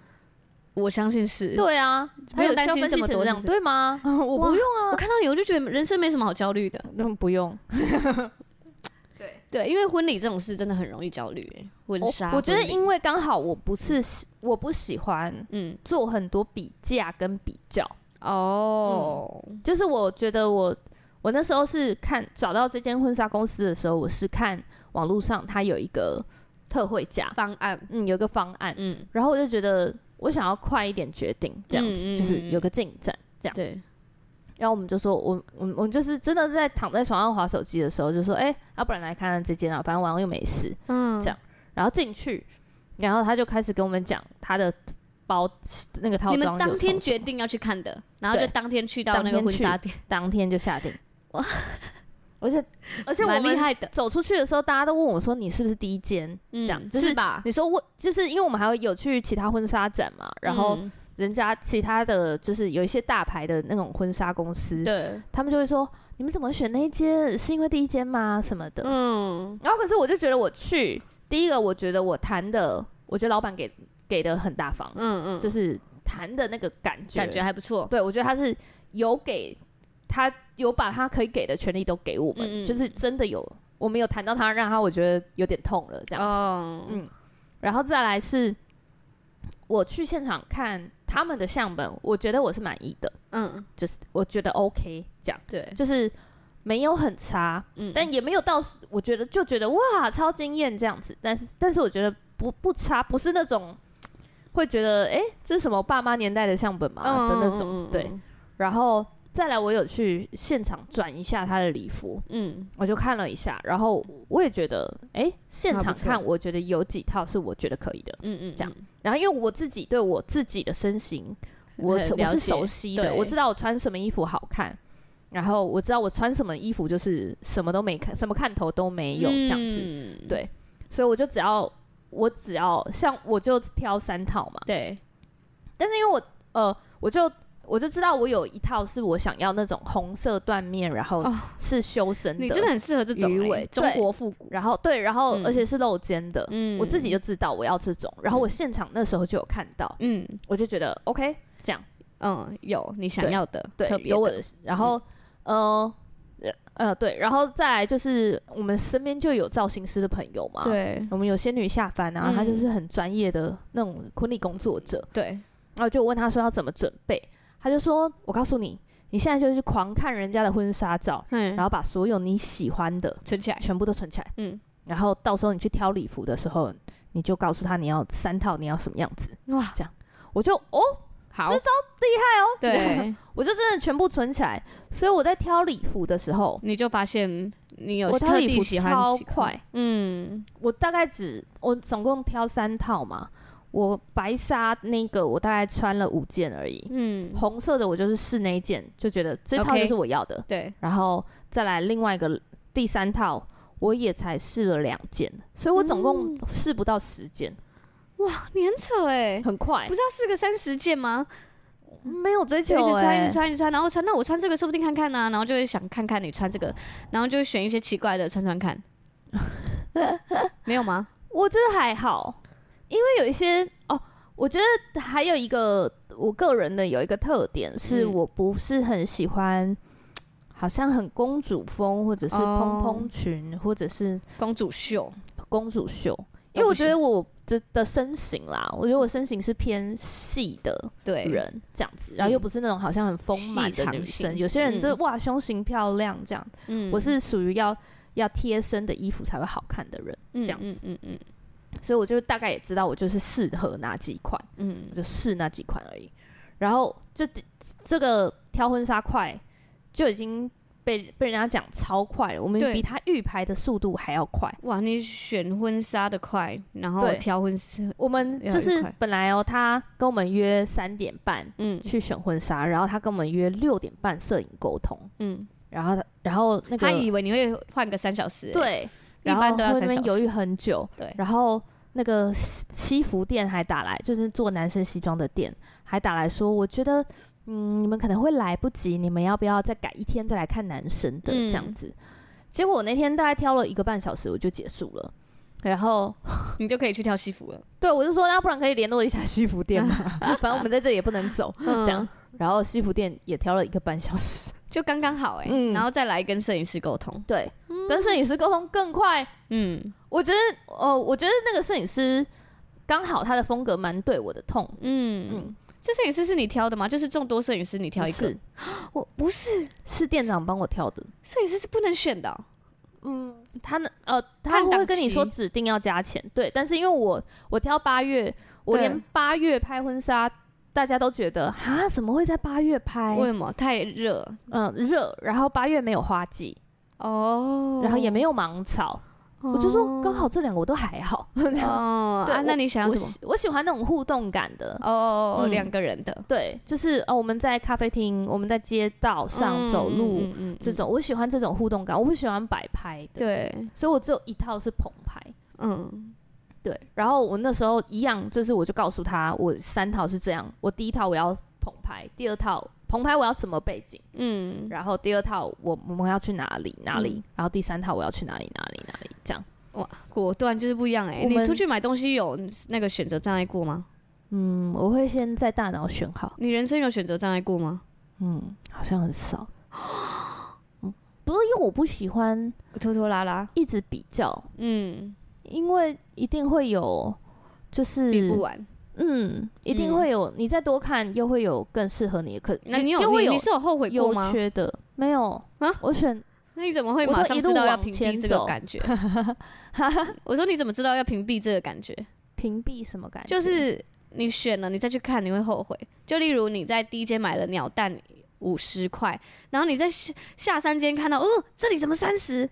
Speaker 2: 我相信是。
Speaker 1: 对啊，
Speaker 2: 不
Speaker 1: 她
Speaker 2: 用
Speaker 1: 有
Speaker 2: 担
Speaker 1: 消
Speaker 2: 心
Speaker 1: 分
Speaker 2: 这
Speaker 1: 析
Speaker 2: 么
Speaker 1: 成
Speaker 2: 多
Speaker 1: 这
Speaker 2: 是
Speaker 1: 样
Speaker 2: 不是
Speaker 1: 对 吗？我
Speaker 2: 哇
Speaker 1: 不用啊，
Speaker 2: 我看到你，我就觉得人生没什么好焦虑的。
Speaker 1: 那嗯不用。
Speaker 2: 对，因为婚礼这种事真的很容易焦虑、欸，婚
Speaker 1: 我
Speaker 2: 纱。
Speaker 1: 我觉得
Speaker 2: 婚礼
Speaker 1: 因为刚好我不是喜我不喜欢
Speaker 2: 嗯
Speaker 1: 做很多比价跟比较，
Speaker 2: 哦，
Speaker 1: 就是我觉得我我那时候是看找到这间婚纱公司的时候，我是看网络上它有一个特惠价，
Speaker 2: 方案，
Speaker 1: 嗯，有一个方案，
Speaker 2: 嗯，
Speaker 1: 然后我就觉得我想要快一点决定，这样子、
Speaker 2: 嗯嗯
Speaker 1: 就是
Speaker 2: 嗯
Speaker 1: 有个进展。
Speaker 2: 对，
Speaker 1: 然后我们就说，我我我就是真的在躺在床上划手机的时候，就说，哎、要、不然来看看这间啊，反正晚上又没事。
Speaker 2: 嗯
Speaker 1: 这样然后进去，然后他就开始跟我们讲他的包那个套
Speaker 2: 你
Speaker 1: 装有什么，
Speaker 2: 们当天决定要去看的，然后就
Speaker 1: 对
Speaker 2: 当天去到
Speaker 1: 当
Speaker 2: 那个
Speaker 1: 天
Speaker 2: 婚
Speaker 1: 去
Speaker 2: 纱店，
Speaker 1: 当天就下定。
Speaker 2: 哇
Speaker 1: 哇！ 而且而且我
Speaker 2: 蛮厉
Speaker 1: 们
Speaker 2: 害的，
Speaker 1: 走出去的时候，大家都问我说：“你是不是第一间？”
Speaker 2: 嗯
Speaker 1: 这样就是
Speaker 2: 吧？
Speaker 1: 你说我就是因为我们还有有去其他婚纱展嘛，然后
Speaker 2: 嗯
Speaker 1: 人家其他的就是有一些大牌的那种婚纱公司，
Speaker 2: 对，
Speaker 1: 他们就会说：“你们怎么选那一间？是因为第一间吗？什么的？”
Speaker 2: 嗯，
Speaker 1: 然后可是我就觉得我去，第一个我觉得我谈的，我觉得老板给给的很大方，
Speaker 2: 嗯嗯，
Speaker 1: 就是谈的那个感觉，
Speaker 2: 感觉还不错，
Speaker 1: 对我觉得他是有给他有把他可以给的权利都给我们，
Speaker 2: 嗯嗯
Speaker 1: 就是真的有我们有谈到他，让他我觉得有点痛了这样子。
Speaker 2: 哦，
Speaker 1: 嗯然后再来是我去现场看他们的相本，我觉得我是满意的，
Speaker 2: 嗯，
Speaker 1: 就是我觉得 OK 这样，
Speaker 2: 对，
Speaker 1: 就是没有很差，
Speaker 2: 嗯，
Speaker 1: 但也没有到我觉得就觉得哇超惊艳这样子，但是但是我觉得不不差，不是那种会觉得哎、诶这是什么爸妈年代的相本嘛、
Speaker 2: 嗯
Speaker 1: 的那
Speaker 2: 嗯
Speaker 1: 种，
Speaker 2: 嗯嗯
Speaker 1: 对。然后再来，我有去现场转一下他的礼服，
Speaker 2: 嗯，
Speaker 1: 我就看了一下，然后我也觉得，哎、现
Speaker 2: 还
Speaker 1: 场
Speaker 2: 不错
Speaker 1: 看我觉得有几套是我觉得可以的。
Speaker 2: 嗯嗯，
Speaker 1: 这样
Speaker 2: 嗯，
Speaker 1: 然后因为我自己对我自己的身形，我
Speaker 2: 很
Speaker 1: 是我
Speaker 2: 了
Speaker 1: 是
Speaker 2: 解
Speaker 1: 熟悉的，
Speaker 2: 对
Speaker 1: 我知道我穿什么衣服好看，然后我知道我穿什么衣服就是什么都没看，什么看头都没有这样子，
Speaker 2: 子
Speaker 1: 对所以我就只要我只要像我就挑三套嘛，
Speaker 2: 对，
Speaker 1: 但是因为我呃，我就我就知道我有一套是我想要那种红色缎面，然后
Speaker 2: 哦
Speaker 1: 是修身的，
Speaker 2: 你真的很适合这种
Speaker 1: 鱼
Speaker 2: 欸
Speaker 1: 尾
Speaker 2: 中
Speaker 1: 对
Speaker 2: 国复古，
Speaker 1: 然后对，然后
Speaker 2: 嗯
Speaker 1: 而且是露肩的，
Speaker 2: 嗯
Speaker 1: 我自己就知道我要这种，然后我
Speaker 2: 嗯
Speaker 1: 现场那时候就有看到，
Speaker 2: 嗯
Speaker 1: 我就觉得 OK，这样
Speaker 2: 嗯，有你想
Speaker 1: 对
Speaker 2: 要的，嗯
Speaker 1: 对
Speaker 2: 特，别
Speaker 1: 有我
Speaker 2: 的
Speaker 1: 的，然后呃呃对，然后再来就是我们身边就有造型师的朋友嘛，，
Speaker 2: 对
Speaker 1: 我们有仙女下凡啊，她就
Speaker 2: 嗯
Speaker 1: 是很专业的那种婚礼工作者，
Speaker 2: 对，
Speaker 1: 然后就问他说要怎么准备，他就说：“我告诉你，你现在就去狂看人家的婚纱照，
Speaker 2: 嗯，
Speaker 1: 然后把所有你喜欢的
Speaker 2: 存起来，
Speaker 1: 全部都存起来，
Speaker 2: 嗯，
Speaker 1: 然后到时候你去挑礼服的时候，你就告诉他你要三套，你要什么样子。
Speaker 2: 哇，
Speaker 1: 我就哦，
Speaker 2: 好，
Speaker 1: 这
Speaker 2: 招厉害哦，对，
Speaker 1: 我就真的全部存起来，所以我在挑礼服的时候，
Speaker 2: 你就发现你有
Speaker 1: 我挑
Speaker 2: 特
Speaker 1: 礼
Speaker 2: 地
Speaker 1: 服
Speaker 2: 喜欢
Speaker 1: 超
Speaker 2: 几款，
Speaker 1: 快，
Speaker 2: 嗯，
Speaker 1: 我大概只我总共挑三套嘛，我白纱那个我大概穿了五件而已，
Speaker 2: 嗯，
Speaker 1: 红色的我就是试那一件，就觉得这套
Speaker 2: OK
Speaker 1: 就是我要的。
Speaker 2: 对，
Speaker 1: 然后再来另外一个第三套，我也才试了两件，所以我总共
Speaker 2: 嗯
Speaker 1: 试不到十件，
Speaker 2: 哇，你很扯哎，
Speaker 1: 很快
Speaker 2: 不，是要试个三十件吗？
Speaker 1: 没有追求、
Speaker 2: 就一直穿，一
Speaker 1: 欸
Speaker 2: 直，穿，一直穿，然后穿，那我穿这个说不定看看呢、然后就会想看看你穿这个，然后就选一些奇怪的穿穿看，没有吗？
Speaker 1: 我觉得还好，因为有一些哦，我觉得还有一个我个人的有一个特点是，
Speaker 2: 嗯
Speaker 1: 我不是很喜欢。好像很公主风，或者是蓬
Speaker 2: 哦
Speaker 1: 蓬裙或者是
Speaker 2: 公主秀，
Speaker 1: 公主袖，因
Speaker 2: 都
Speaker 1: 为
Speaker 2: 不
Speaker 1: 我觉得
Speaker 2: 行
Speaker 1: 我的的身形啦，我觉得我身形是偏细的，
Speaker 2: 对，
Speaker 1: 人这样子，然后又
Speaker 2: 嗯
Speaker 1: 不是那种好像很丰满
Speaker 2: 细
Speaker 1: 的
Speaker 2: 长
Speaker 1: 女生，
Speaker 2: 型
Speaker 1: 有些人
Speaker 2: 嗯
Speaker 1: 这哇胸型漂亮这样，
Speaker 2: 嗯
Speaker 1: 我是属于要要贴身的衣服才会好看的人，
Speaker 2: 这
Speaker 1: 样
Speaker 2: 嗯嗯嗯
Speaker 1: 所以我就大概也知道我就是适合哪几款，
Speaker 2: 嗯
Speaker 1: 我就试那几款而已。然后就这个挑婚纱快就已经被被人家讲超快了，我们
Speaker 2: 对
Speaker 1: 比他预排的速度还要快。
Speaker 2: 哇，你选婚纱的快，然后
Speaker 1: 对
Speaker 2: 挑婚纱，
Speaker 1: 我们就
Speaker 2: 要很
Speaker 1: 是
Speaker 2: 快
Speaker 1: 本来哦，他跟我们约三点半
Speaker 2: 嗯
Speaker 1: 去选婚纱，然后他跟我们约六点半摄影沟通，
Speaker 2: 嗯，
Speaker 1: 然后他然后那个
Speaker 2: 他以为你会换个三小时、欸，，
Speaker 1: 对，
Speaker 2: 一
Speaker 1: 然后
Speaker 2: 般都要
Speaker 1: 会
Speaker 2: 三
Speaker 1: 那
Speaker 2: 小
Speaker 1: 边
Speaker 2: 时
Speaker 1: 犹豫很久，
Speaker 2: 对
Speaker 1: 然后那个西西服店还打来，就是做男生西装的店，还打来说，我觉得，嗯，你们可能会来不及，你们要不要再改一天再来看男生的、
Speaker 2: 嗯
Speaker 1: 这样子？结果我那天大概挑了一个半小时，我就结束了。然后，
Speaker 2: 你就可以去挑西服了。
Speaker 1: 对我就说，那不然可以联络一下西服店嘛，反正我们在这里也不能走，
Speaker 2: 嗯
Speaker 1: 这样。然后西服店也挑了一个半小时，
Speaker 2: 就刚刚好哎、
Speaker 1: 嗯
Speaker 2: 然后再来跟摄影师沟通，
Speaker 1: 对，跟摄影师沟通更快，
Speaker 2: 嗯
Speaker 1: 我觉得，呃，我觉得那个摄影师刚好他的风格蛮对我的痛。
Speaker 2: 嗯
Speaker 1: 嗯，
Speaker 2: 这摄影师是你挑的吗？就是众多摄影师你挑一
Speaker 1: 不
Speaker 2: 个
Speaker 1: 是，
Speaker 2: 我不是，
Speaker 1: 是店长帮我挑的。
Speaker 2: 摄影师是不能选的哦、
Speaker 1: 嗯，他呢，呃，他
Speaker 2: 看档
Speaker 1: 会跟你说
Speaker 2: 期
Speaker 1: 指定要加钱，对。但是因为我我挑八月，我
Speaker 2: 对
Speaker 1: 连八月拍婚纱，大家都觉得哈，怎么会在八月拍？
Speaker 2: 为什么？太热
Speaker 1: 嗯，热，然后八月没有花季，
Speaker 2: 哦，
Speaker 1: 然后也没
Speaker 2: 有，
Speaker 1: 有芒草，我就说刚好这两个我都还好。
Speaker 2: 哦
Speaker 1: 对
Speaker 2: 啊，
Speaker 1: 我
Speaker 2: 那你想要
Speaker 1: 我
Speaker 2: 什么？
Speaker 1: 喜我喜欢那种互动感的，
Speaker 2: 哦哦哦，
Speaker 1: 嗯
Speaker 2: 两个人的
Speaker 1: 对，就是哦，我们在咖啡厅，我们在街道上走路，
Speaker 2: 嗯嗯嗯嗯
Speaker 1: 这种，我喜欢这种互动感，我不喜欢摆拍的，
Speaker 2: 对，
Speaker 1: 所以我只有一套是棚拍。
Speaker 2: 嗯
Speaker 1: 对，然后我那时候一样，就是我就告诉他，我三套是这样，我第一套我要棚拍，第二套棚拍我要什么背景，
Speaker 2: 嗯，
Speaker 1: 然后第二套我我们要去哪里哪里，然后第三套我要去哪里哪里哪里，这样，
Speaker 2: 哇，果断就是不一样哎、
Speaker 1: 我
Speaker 2: 你
Speaker 1: 们
Speaker 2: 出去买东西有那个选择障碍过吗？
Speaker 1: 嗯，我会先在大脑选好，
Speaker 2: 你人生有选择障碍过吗？
Speaker 1: 嗯，好像很少，嗯，不是因为我不喜欢
Speaker 2: 拖拖拉拉，
Speaker 1: 一直比较，
Speaker 2: 嗯，
Speaker 1: 因为一定会有。就是
Speaker 2: 比不完。
Speaker 1: 嗯，一定
Speaker 2: 嗯
Speaker 1: 会有，你再多看又会有更适合你的，可
Speaker 2: 那你有
Speaker 1: 又会
Speaker 2: 你
Speaker 1: 有
Speaker 2: 你是有后悔过吗
Speaker 1: 优？缺的，没有
Speaker 2: 啊
Speaker 1: 我选
Speaker 2: 那你怎么会
Speaker 1: 我都
Speaker 2: 马上
Speaker 1: 一路
Speaker 2: 知道要
Speaker 1: 往
Speaker 2: 屏蔽
Speaker 1: 前
Speaker 2: 这个
Speaker 1: 走
Speaker 2: 感觉？我说你怎么知道要屏蔽这个感觉？
Speaker 1: 屏蔽什么感觉？
Speaker 2: 就是你选了，你再去看，你会后悔。就例如你在第一间买了鸟蛋五十块，然后你在下下三间看到，哦，这里怎么三十？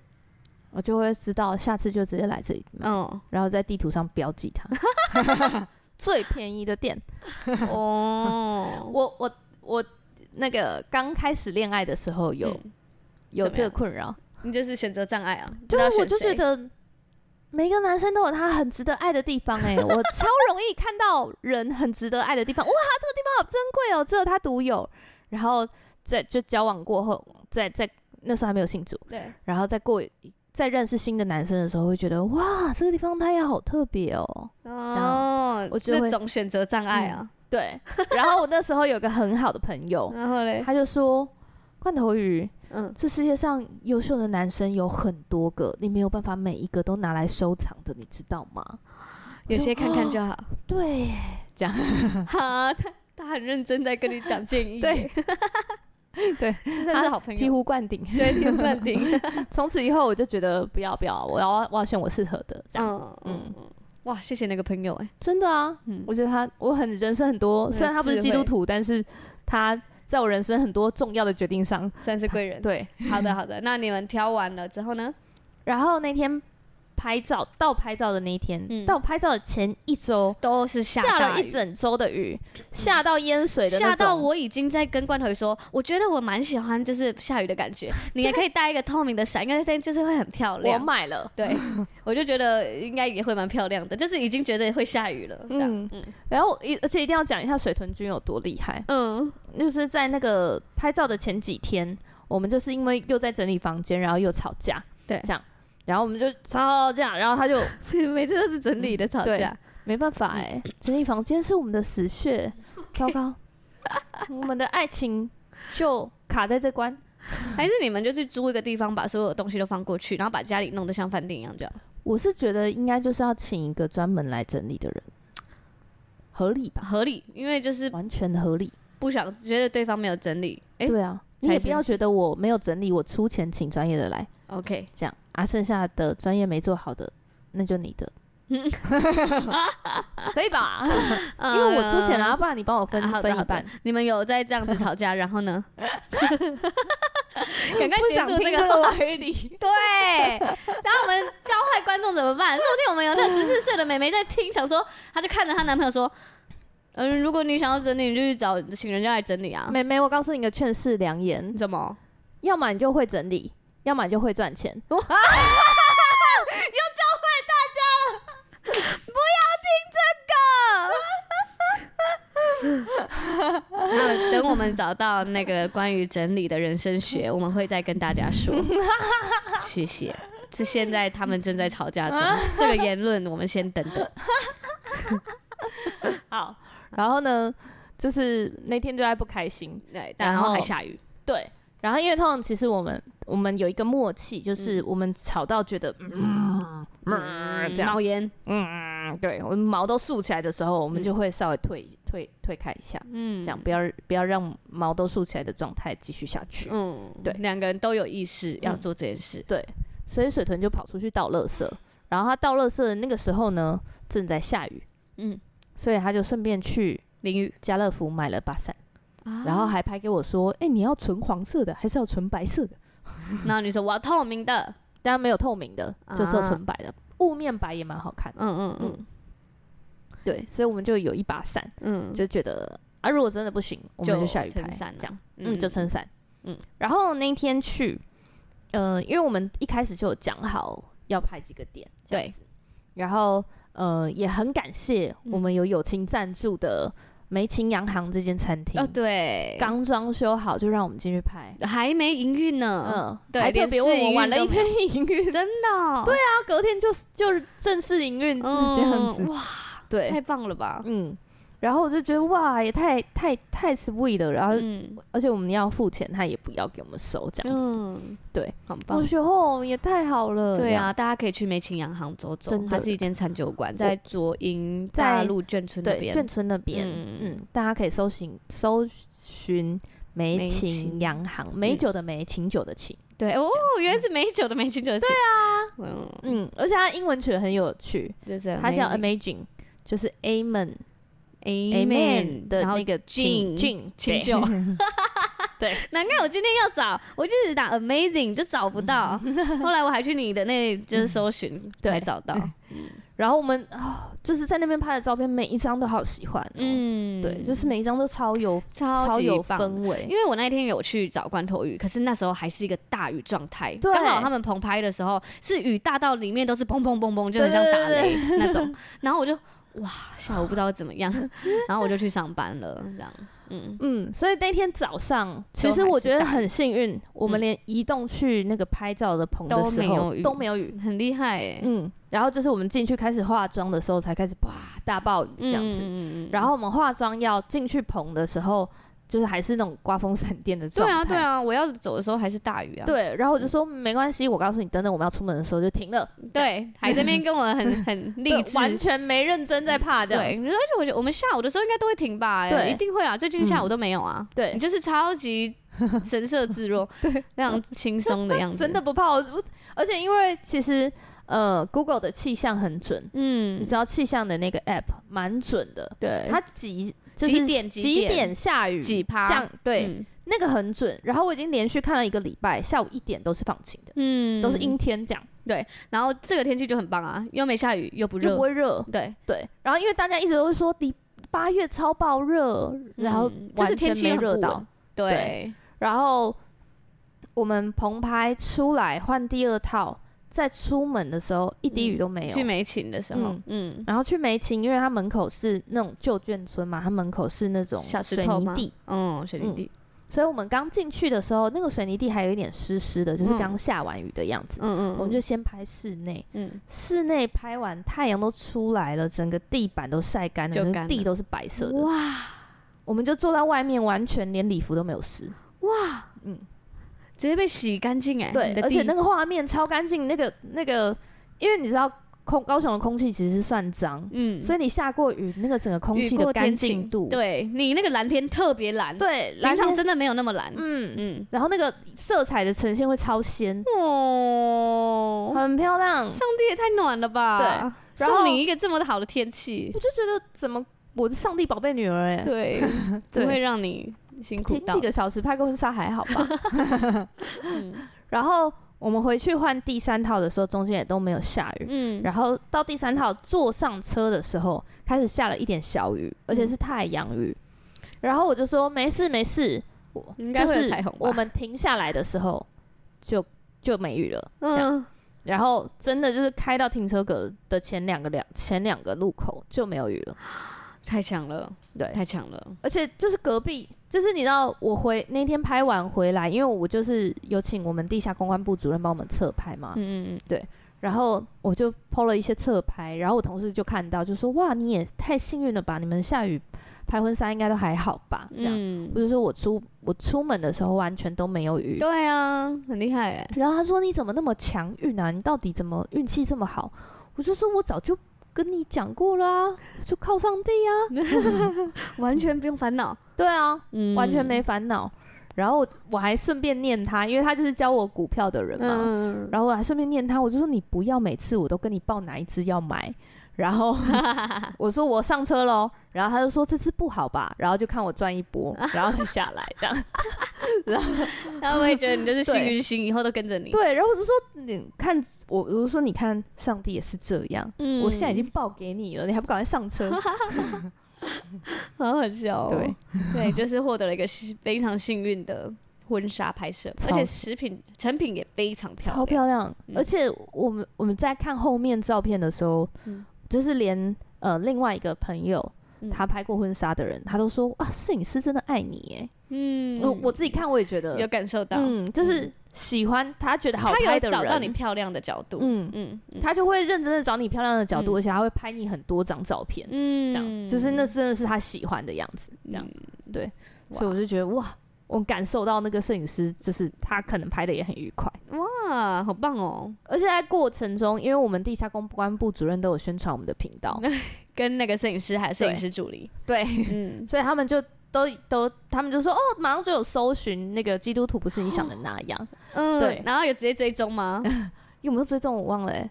Speaker 1: 我就会知道，下次就直接来这里买，
Speaker 2: 嗯，
Speaker 1: 然后在地图上标记 它最便宜的店。
Speaker 2: 哦，
Speaker 1: 我我我那个刚开始恋爱的时候有、
Speaker 2: 嗯
Speaker 1: 有
Speaker 2: 怎么
Speaker 1: 这个
Speaker 2: 样
Speaker 1: 困扰，
Speaker 2: 你就是选择障碍啊！不知
Speaker 1: 就
Speaker 2: 道
Speaker 1: 是我
Speaker 2: 选
Speaker 1: 就觉
Speaker 2: 谁
Speaker 1: 得。每个男生都有他很值得爱的地 方、欸，哎，我超容易看到人很值得爱的地方，哇，这个地方好珍贵哦，只有他独有。然后在就交往过后，在在那时候还没有信主，
Speaker 2: 对，
Speaker 1: 然后再过再认识新的男生的时候，会觉得哇，这个地方他也好特别哦。
Speaker 2: 哦，
Speaker 1: 我就
Speaker 2: 这
Speaker 1: 会
Speaker 2: 种选择障碍啊。
Speaker 1: 对，然后我那时候有个很好的朋友，
Speaker 2: 然后嘞，
Speaker 1: 他就说。罐头鱼，
Speaker 2: 嗯，
Speaker 1: 这世界上优秀的男生有很多个，你没有办法每一个都拿来收藏的，你知道吗？
Speaker 2: 有些看看就好。
Speaker 1: 对，
Speaker 2: 哈，他他很认真在跟你讲建议耶，
Speaker 1: 哦 对对
Speaker 2: 这算是好朋
Speaker 1: 醍
Speaker 2: 友。
Speaker 1: 醐灌顶。
Speaker 2: 对，醍醐灌顶。
Speaker 1: 从此以后，我就觉得不要不要，我要我要选我适合的，这样、
Speaker 2: 嗯嗯，嗯哇，谢谢那个朋友哎，
Speaker 1: 真的啊。
Speaker 2: 嗯
Speaker 1: 我觉得他，我很人生很多，
Speaker 2: 很有
Speaker 1: 虽然他不是
Speaker 2: 智慧
Speaker 1: 基督徒，但是他在我人生很多重要的决定上，
Speaker 2: 算是贵人。
Speaker 1: 对，
Speaker 2: 好的好的，那你们挑完了之后呢？
Speaker 1: 然后那天拍照到拍照的那一天，
Speaker 2: 嗯
Speaker 1: 到拍照的前一周
Speaker 2: 都是下
Speaker 1: 下
Speaker 2: 大
Speaker 1: 了一
Speaker 2: 雨。
Speaker 1: 整周的雨，下到淹水的那
Speaker 2: 吓到
Speaker 1: 种。
Speaker 2: 我已经在跟罐头鱼说，我觉得我蛮喜欢就是下雨的感觉，你也可以带一个透明的伞，因为那天就是会很漂
Speaker 1: 我
Speaker 2: 亮。
Speaker 1: 买了，
Speaker 2: 对，我就觉得应该也会蛮漂亮的，就是已经觉得会下雨了，这样
Speaker 1: 嗯，然后一而且一定要讲一下水豚君有多厉害，
Speaker 2: 嗯
Speaker 1: 就是在那个拍照的前几天，我们就是因为又在整理房间，然后又吵架，
Speaker 2: 对
Speaker 1: 这样，然后我们就吵架，然后他就
Speaker 2: 嗯， 每次都是整理的吵
Speaker 1: 嗯对
Speaker 2: 架，
Speaker 1: 没办法哎、整理房间是我们的死穴，糟糕，我们的爱情就卡在这关，
Speaker 2: 还是你们就去租一个地方，把所有东西都放过去，然后把家里弄得像饭店一样这样？
Speaker 1: 我是觉得应该就是要请一个专门来整理的人，合理吧？
Speaker 2: 合理，因为就是
Speaker 1: 完全合理。
Speaker 2: 不想觉得对方没有整理。哎、
Speaker 1: 对啊，你
Speaker 2: 才
Speaker 1: 也不
Speaker 2: 生
Speaker 1: 要
Speaker 2: 气
Speaker 1: 觉得我没有整理，我出钱请专业的来
Speaker 2: o k
Speaker 1: 这样啊，剩下的专业没做好的，那就你的，可以吧？ 因
Speaker 2: 因
Speaker 1: 为我出 钱啦，不然你帮我分
Speaker 2: 哎嗯啊好的
Speaker 1: 分一
Speaker 2: 好的
Speaker 1: 半。
Speaker 2: 你们有在这样子吵架，然后 呢？ 赶快
Speaker 1: 不
Speaker 2: 结
Speaker 1: 想
Speaker 2: 束
Speaker 1: 听
Speaker 2: 这个
Speaker 1: 这个
Speaker 2: 话
Speaker 1: 歪理，
Speaker 2: 对，然后我们教坏观众怎么办？说 不定我们有那十四岁的妹妹在听，想说，她就看着她男朋友说：“嗯、如果你想要整理，你就去找请人家来整理啊。
Speaker 1: 妹妹，我告诉你个劝世良言”：
Speaker 2: 怎么？
Speaker 1: 要么你就会整理，要么你就会赚钱。
Speaker 2: 哦那等我们找到那个关于整理的人生 学，我们会再跟大家说。谢谢。这现在他们正在吵 架中，这个言论我们先等等。
Speaker 1: 好，然后呢，就是那天对爱不开心，
Speaker 2: 对，
Speaker 1: 然
Speaker 2: 然
Speaker 1: 后
Speaker 2: 后还下雨。
Speaker 1: 对。然后因为通常其实我们我们有一个默契，就是我们吵到觉得嗯嗯
Speaker 2: 嗯
Speaker 1: 这样
Speaker 2: 冒烟，
Speaker 1: 嗯，对我们毛都竖起来的时候，我们
Speaker 2: 嗯
Speaker 1: 就会稍微退退退开一下，
Speaker 2: 嗯
Speaker 1: 这样不要不要让毛都竖起来的状态继续下去。
Speaker 2: 嗯，
Speaker 1: 对嗯
Speaker 2: 两个人都有意识要做这件事。
Speaker 1: 对，所以水豚就跑出去倒垃圾，然后他倒垃圾的那个时候呢，正在下雨，
Speaker 2: 嗯，
Speaker 1: 所以他就顺便去
Speaker 2: 淋雨，啊
Speaker 1: 家乐福买了把伞，然后还拍给我说：“哎、你要纯黄色的还是要纯白色的
Speaker 2: 然后你说我要透明的，？”
Speaker 1: 当然没有透明的，就只有
Speaker 2: 啊
Speaker 1: 纯白的，雾面白也蛮好看的。
Speaker 2: 嗯嗯嗯
Speaker 1: 嗯，对，所以我们就有一把伞，
Speaker 2: 嗯，
Speaker 1: 就觉得啊，如果真的不行，我们就下雨拍
Speaker 2: 撑伞啊
Speaker 1: 这样。嗯，就撑伞。
Speaker 2: 嗯
Speaker 1: 嗯，然后那一天去，呃，因为我们一开始就有讲好要拍几个点，这样
Speaker 2: 对
Speaker 1: 子，然后呃，也很感谢
Speaker 2: 嗯
Speaker 1: 我们有友情赞助的梅琴洋行这间餐厅，
Speaker 2: 哦，对，
Speaker 1: 刚装修好就让我们进去拍，
Speaker 2: 还没营运呢，
Speaker 1: 嗯，
Speaker 2: 对
Speaker 1: 还特别
Speaker 2: 连
Speaker 1: 问
Speaker 2: 试营
Speaker 1: 我
Speaker 2: 运
Speaker 1: 晚了
Speaker 2: 都
Speaker 1: 一天营运，
Speaker 2: 真的，对啊，
Speaker 1: 他隔天就就正式营运是这样子，
Speaker 2: 哇，嗯太
Speaker 1: 对，
Speaker 2: 棒了吧？
Speaker 1: 嗯，然后我就觉得哇，也太太太 sweet 了，然后
Speaker 2: 嗯
Speaker 1: 而且我们要付钱，他也不要给我们收这样子。
Speaker 2: 嗯，
Speaker 1: 对，
Speaker 2: 很
Speaker 1: 我
Speaker 2: 棒。
Speaker 1: 觉得哦，也太好了。
Speaker 2: 对啊，，大家可以去梅琴洋行走走
Speaker 1: 真，的
Speaker 2: 它是一间餐酒馆，在左营
Speaker 1: 在
Speaker 2: 大路眷村那
Speaker 1: 对，
Speaker 2: 边。
Speaker 1: 眷村那边，
Speaker 2: 嗯
Speaker 1: 嗯大家可以搜寻搜寻梅
Speaker 2: 梅嗯
Speaker 1: 琴
Speaker 2: 琴
Speaker 1: 洋行，美酒的梅，琴酒的琴。
Speaker 2: 对哦，原来是美酒的梅琴酒的。对啊，嗯，
Speaker 1: 嗯，而且它英文取得很有趣，
Speaker 2: 就是
Speaker 1: 它叫 Amazing，就是 Amen
Speaker 2: Amen
Speaker 1: Amen 的
Speaker 2: 然后
Speaker 1: 那个
Speaker 2: 敬
Speaker 1: 敬
Speaker 2: 清 酒。
Speaker 1: 对，
Speaker 2: 难怪我今天要找，我就一直打 amazing 就找不到，后来我还去你的那就是搜 寻
Speaker 1: 对
Speaker 2: 才找到，
Speaker 1: 然后我们哦，就是在那边拍的照片，每一张都好喜欢、嗯，
Speaker 2: 嗯，
Speaker 1: 对，就是每一张都超有
Speaker 2: 超级
Speaker 1: 有
Speaker 2: 棒
Speaker 1: 氛围
Speaker 2: 因。为我那一天有去找罐头鱼，可是那时候还是一个大雨状态，
Speaker 1: 对
Speaker 2: 刚好他们棚拍的时候是雨大到里面都是砰砰砰砰，就很像打雷那 种，然后我就哇，下午不知道怎么 样，然后我就去上班了，这样，嗯，
Speaker 1: 嗯，所以那天早上，
Speaker 2: 就
Speaker 1: 其实
Speaker 2: 还
Speaker 1: 我
Speaker 2: 是
Speaker 1: 觉得
Speaker 2: 大雨
Speaker 1: 很幸运，我们
Speaker 2: 嗯
Speaker 1: 连移动去那个拍照的棚
Speaker 2: 都
Speaker 1: 的时
Speaker 2: 没有
Speaker 1: 候
Speaker 2: 雨
Speaker 1: 都没有雨。
Speaker 2: 很厉害哎、
Speaker 1: 嗯，然后就是我们进去开始化妆的时候，才开始哇大暴雨这样子。
Speaker 2: 嗯
Speaker 1: 然
Speaker 2: 后
Speaker 1: 后我们化妆要进去棚的时候，就是还是那种刮风闪电的
Speaker 2: 对
Speaker 1: 状态。
Speaker 2: 啊对啊，我要走的时候还是大雨啊，
Speaker 1: 对然后我就说没关系，我告诉你，等等我们要出门的时候就停了，
Speaker 2: 对， 还在那边跟我 很很励
Speaker 1: 对
Speaker 2: 志，
Speaker 1: 完全没认真在怕这样。
Speaker 2: 对，而且我觉得我们下午的时候应该都会停吧、哎
Speaker 1: 对嗯
Speaker 2: 一定会啊，最近下午都没有啊，
Speaker 1: 对
Speaker 2: 你就是超级神色 自若，非常轻松的样子，
Speaker 1: 真的，不怕我，我而且因为其实呃，Google 的气象很准，
Speaker 2: 嗯
Speaker 1: 你，知道气象的那个 App 蛮准的，
Speaker 2: 对
Speaker 1: 它几就是
Speaker 2: 几点几
Speaker 1: 几
Speaker 2: 点
Speaker 1: 下雨
Speaker 2: 几趴
Speaker 1: 这样对、
Speaker 2: 嗯
Speaker 1: 那个很准。然后我已经连续看了一个礼拜，下午一点都是放晴的，
Speaker 2: 嗯
Speaker 1: 都是阴，天这样，
Speaker 2: 然后这个天气就很棒啊，又没下雨又不
Speaker 1: 又
Speaker 2: 热
Speaker 1: 不，会热。
Speaker 2: 对，
Speaker 1: 对，然后因为大家一直都会说第八月超爆热，然后
Speaker 2: 嗯就是
Speaker 1: 完
Speaker 2: 天
Speaker 1: 全
Speaker 2: 气
Speaker 1: 没
Speaker 2: 很
Speaker 1: 热
Speaker 2: 不
Speaker 1: 到
Speaker 2: 稳，对，
Speaker 1: 然后我们棚拍出来换第二套，再出门的时候一滴雨都没有。
Speaker 2: 嗯去美琴的时候，嗯，
Speaker 1: 然后去梅琴，因为它门口是那种旧眷村嘛，它门口是那种
Speaker 2: 小石
Speaker 1: 水
Speaker 2: 头
Speaker 1: 泥
Speaker 2: 吗
Speaker 1: 地，
Speaker 2: 嗯，水泥地，
Speaker 1: 所以我们刚进去的时候，那个水泥地还有一点湿湿的，就是
Speaker 2: 嗯
Speaker 1: 刚下完雨的样子。
Speaker 2: 嗯嗯，
Speaker 1: 我们就先拍室内，
Speaker 2: 嗯
Speaker 1: 室内拍完太阳都出来了，整个地板都晒干了，
Speaker 2: 就
Speaker 1: 整
Speaker 2: 干
Speaker 1: 个地
Speaker 2: 了
Speaker 1: 都是白色的。
Speaker 2: 哇
Speaker 1: 我们就坐在外面，完全连礼服都没有湿。
Speaker 2: 哇，
Speaker 1: 嗯，
Speaker 2: 直接被洗干净哎，
Speaker 1: 对
Speaker 2: 你，的
Speaker 1: 而且
Speaker 2: 地
Speaker 1: 那个画面超干净，那个那个，因为你知道空高雄的空气其实是算脏，
Speaker 2: 嗯，
Speaker 1: 所以你下过雨，那个整个空
Speaker 2: 雨
Speaker 1: 气
Speaker 2: 过
Speaker 1: 的干
Speaker 2: 天晴
Speaker 1: 净度，
Speaker 2: 对你那个蓝天特别蓝，，
Speaker 1: 对，
Speaker 2: 平
Speaker 1: 蓝
Speaker 2: 常
Speaker 1: 天
Speaker 2: 真的没有那么蓝，
Speaker 1: 嗯，
Speaker 2: 嗯，
Speaker 1: 然后那个色彩的呈现会超鲜，
Speaker 2: 哦，
Speaker 1: 很漂亮。
Speaker 2: 上帝也太暖了吧，
Speaker 1: 对然后
Speaker 2: 送你一个这么好的天气
Speaker 1: 我，就觉得怎么我是上帝宝贝女儿哎，
Speaker 2: 对，不会
Speaker 1: 对，
Speaker 2: 让你辛苦
Speaker 1: 停
Speaker 2: 到
Speaker 1: 几，个小时拍个婚纱还好 吧？
Speaker 2: 嗯
Speaker 1: 然后我们回去换第三套的时候，中间也都没有下雨。
Speaker 2: 嗯，
Speaker 1: 然后到第三套坐上车的时候，开始下了一点小雨，而
Speaker 2: 嗯
Speaker 1: 且是太阳雨。然后我就说没事没事，我
Speaker 2: 应该
Speaker 1: 就
Speaker 2: 会有
Speaker 1: 是
Speaker 2: 彩虹吧
Speaker 1: 我们停下来的时候就就没雨了，这样。
Speaker 2: 嗯，
Speaker 1: 然后真的就是开到停车格的前两个两前两个路口就没有雨了，
Speaker 2: 太强了，
Speaker 1: 对。
Speaker 2: 太强了，
Speaker 1: 而且就是隔壁，就是你知道，我回那天拍完回来，因为我就是有请我们地下公关部主任帮我们侧拍嘛，
Speaker 2: 嗯嗯
Speaker 1: 然后我就 PO 了一些侧拍，然后我同事就看到，就说：“哇，你也太幸运了吧！你们下雨拍婚纱应该都还好吧？”这样，
Speaker 2: 嗯，
Speaker 1: 我就说我出我出门的时候完全都没有雨。
Speaker 2: 对啊，很厉害哎，
Speaker 1: 然后他说：“你怎么那么强运啊？你到底怎么运气这么好？”我就说：“我早就跟你讲过啦、就靠上帝啊！
Speaker 2: 完全不用烦恼，
Speaker 1: 对啊，
Speaker 2: 嗯
Speaker 1: 完全没烦恼。然后我还顺便念他，因为他就是教我股票的人嘛。
Speaker 2: 嗯，
Speaker 1: 然后我还顺便念他，我就说你不要每次我都跟你报哪一只要买，然 后我说我上车喽，然后他就说这只不好吧，然后就看我赚一 波，然后再下来这 样。
Speaker 2: 他会觉得你就是幸
Speaker 1: 对
Speaker 2: 运星，以后都跟着你。
Speaker 1: 对，然后我就说你看我，我就说你看上帝也是这样，
Speaker 2: 嗯
Speaker 1: 我现在已经报给你了，你还不赶快上车？
Speaker 2: 好好笑、哦。
Speaker 1: 对
Speaker 2: 对，就是获得了一个幸非常幸运的婚纱拍摄，
Speaker 1: 超
Speaker 2: 而且食品成品也非常漂 亮。
Speaker 1: 超漂亮，
Speaker 2: 嗯
Speaker 1: 而且我们我们在看后面照片的时候，
Speaker 2: 嗯
Speaker 1: 就是连呃另外一个朋友。
Speaker 2: 嗯
Speaker 1: 他拍过婚纱的人，他都说啊，摄影师真的爱你耶！
Speaker 2: 嗯
Speaker 1: 我我自己看我也觉得
Speaker 2: 有感受到，
Speaker 1: 嗯，就是喜欢他觉得好
Speaker 2: 他
Speaker 1: 拍
Speaker 2: 有
Speaker 1: 的人，
Speaker 2: 找到你漂亮的角度。
Speaker 1: 嗯，
Speaker 2: 嗯嗯
Speaker 1: 他就会认真的找你漂亮的角度，
Speaker 2: 嗯
Speaker 1: 而且他会拍你很多张照片，
Speaker 2: 嗯
Speaker 1: 这样就是那真的是他喜欢的样子，这样，对，所以我就觉得哇，我感受到那个摄影师就是他可能拍的也很愉快，
Speaker 2: 哇，好棒哦！
Speaker 1: 而且在过程中，因为我们地下公关部主任都有宣传我们的频 道，
Speaker 2: 跟那个摄影师还有摄影师助理，
Speaker 1: 对，
Speaker 2: 嗯，
Speaker 1: 所以他们就。都都，他们就说哦，马上就有搜寻那个基督徒不是你想的那样，
Speaker 2: 嗯
Speaker 1: 对
Speaker 2: 然后有直接追 踪吗？
Speaker 1: 有没有追踪我忘了、欸，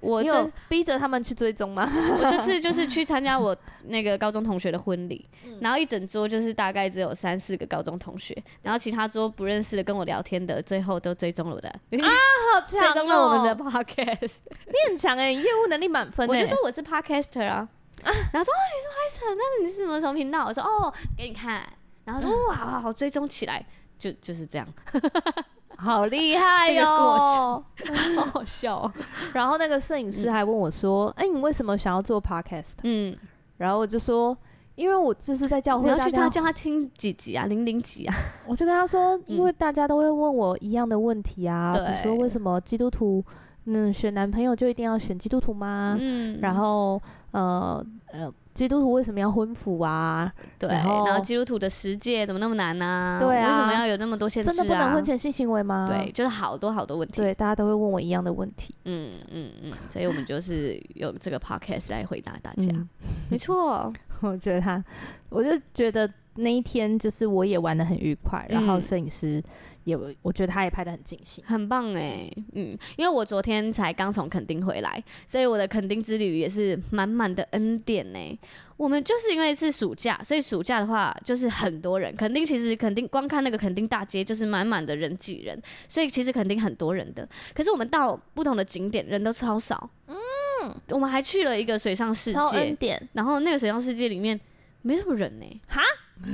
Speaker 2: 我
Speaker 1: 你
Speaker 2: 这
Speaker 1: 有逼着他们去追 踪吗？
Speaker 2: 我 这次就是去参加我那个高中同学的婚礼，然后一整桌就是大概只有三四个高中同学，然后其他桌不认识的跟我聊天的，最后都追踪了 我的，
Speaker 1: 好
Speaker 2: 追
Speaker 1: 强哦！
Speaker 2: 踪了我们啊的 podcast。
Speaker 1: 你很强哎、你业务能力满分
Speaker 2: 我
Speaker 1: 哎、
Speaker 2: 就说我是 podcaster 啊， 然后说哦你是 podcaster，那你是什么什么频道？我说哦给你看，然后 说哇好好好追踪起来，就就是这样，
Speaker 1: 好厉害
Speaker 2: 这个
Speaker 1: 哟
Speaker 2: 过、 好好笑、哦。
Speaker 1: 然后那个摄影师还问我说：“哎、你为什么想要做 podcast？”
Speaker 2: 嗯，
Speaker 1: 然后我就说：“因为我就是在教
Speaker 2: 你
Speaker 1: 会
Speaker 2: 要
Speaker 1: 大
Speaker 2: 去他
Speaker 1: 家。
Speaker 2: 叫他听几集啊，零零几啊，”
Speaker 1: 我就跟他说：“因为大家都会问我一样的问题啊，
Speaker 2: 对
Speaker 1: 比如说为什么基督徒，嗯，选男朋友就一定要选基督徒吗？
Speaker 2: 嗯，
Speaker 1: 然后呃呃，基督徒为什么要婚服啊？
Speaker 2: 对，
Speaker 1: 然
Speaker 2: 然
Speaker 1: 后
Speaker 2: 后基督徒的十戒怎么那么难呢、
Speaker 1: 对啊
Speaker 2: 为什么要有那么多限制啊？
Speaker 1: 真的不能婚前性行为吗？
Speaker 2: 对，就是好多好多问题。
Speaker 1: 对，大家都会问我一样的问题。
Speaker 2: 嗯嗯嗯，所以我们就是有这个 podcast 来回答大家。
Speaker 1: 嗯
Speaker 2: 没错，
Speaker 1: 我觉得他，我就觉得那一天就是我也玩的很愉快，
Speaker 2: 嗯
Speaker 1: 然后摄影师也，我觉得他也拍的很尽兴。
Speaker 2: 很棒哎。嗯，因为我昨天才刚从垦丁回来，所以我的垦丁之旅也是满满的恩典呢。我们就是因为是暑假，所以暑假的话就是很多人。垦丁其实垦丁光看那个垦丁大街就是满满的人挤人，所以其实垦丁很多人的。可是我们到不同的景点人都超少。嗯，我们还去了一个水上世界，
Speaker 1: 超恩典，
Speaker 2: 然后那个水上世界里面没什么人呢、欸
Speaker 1: 哈，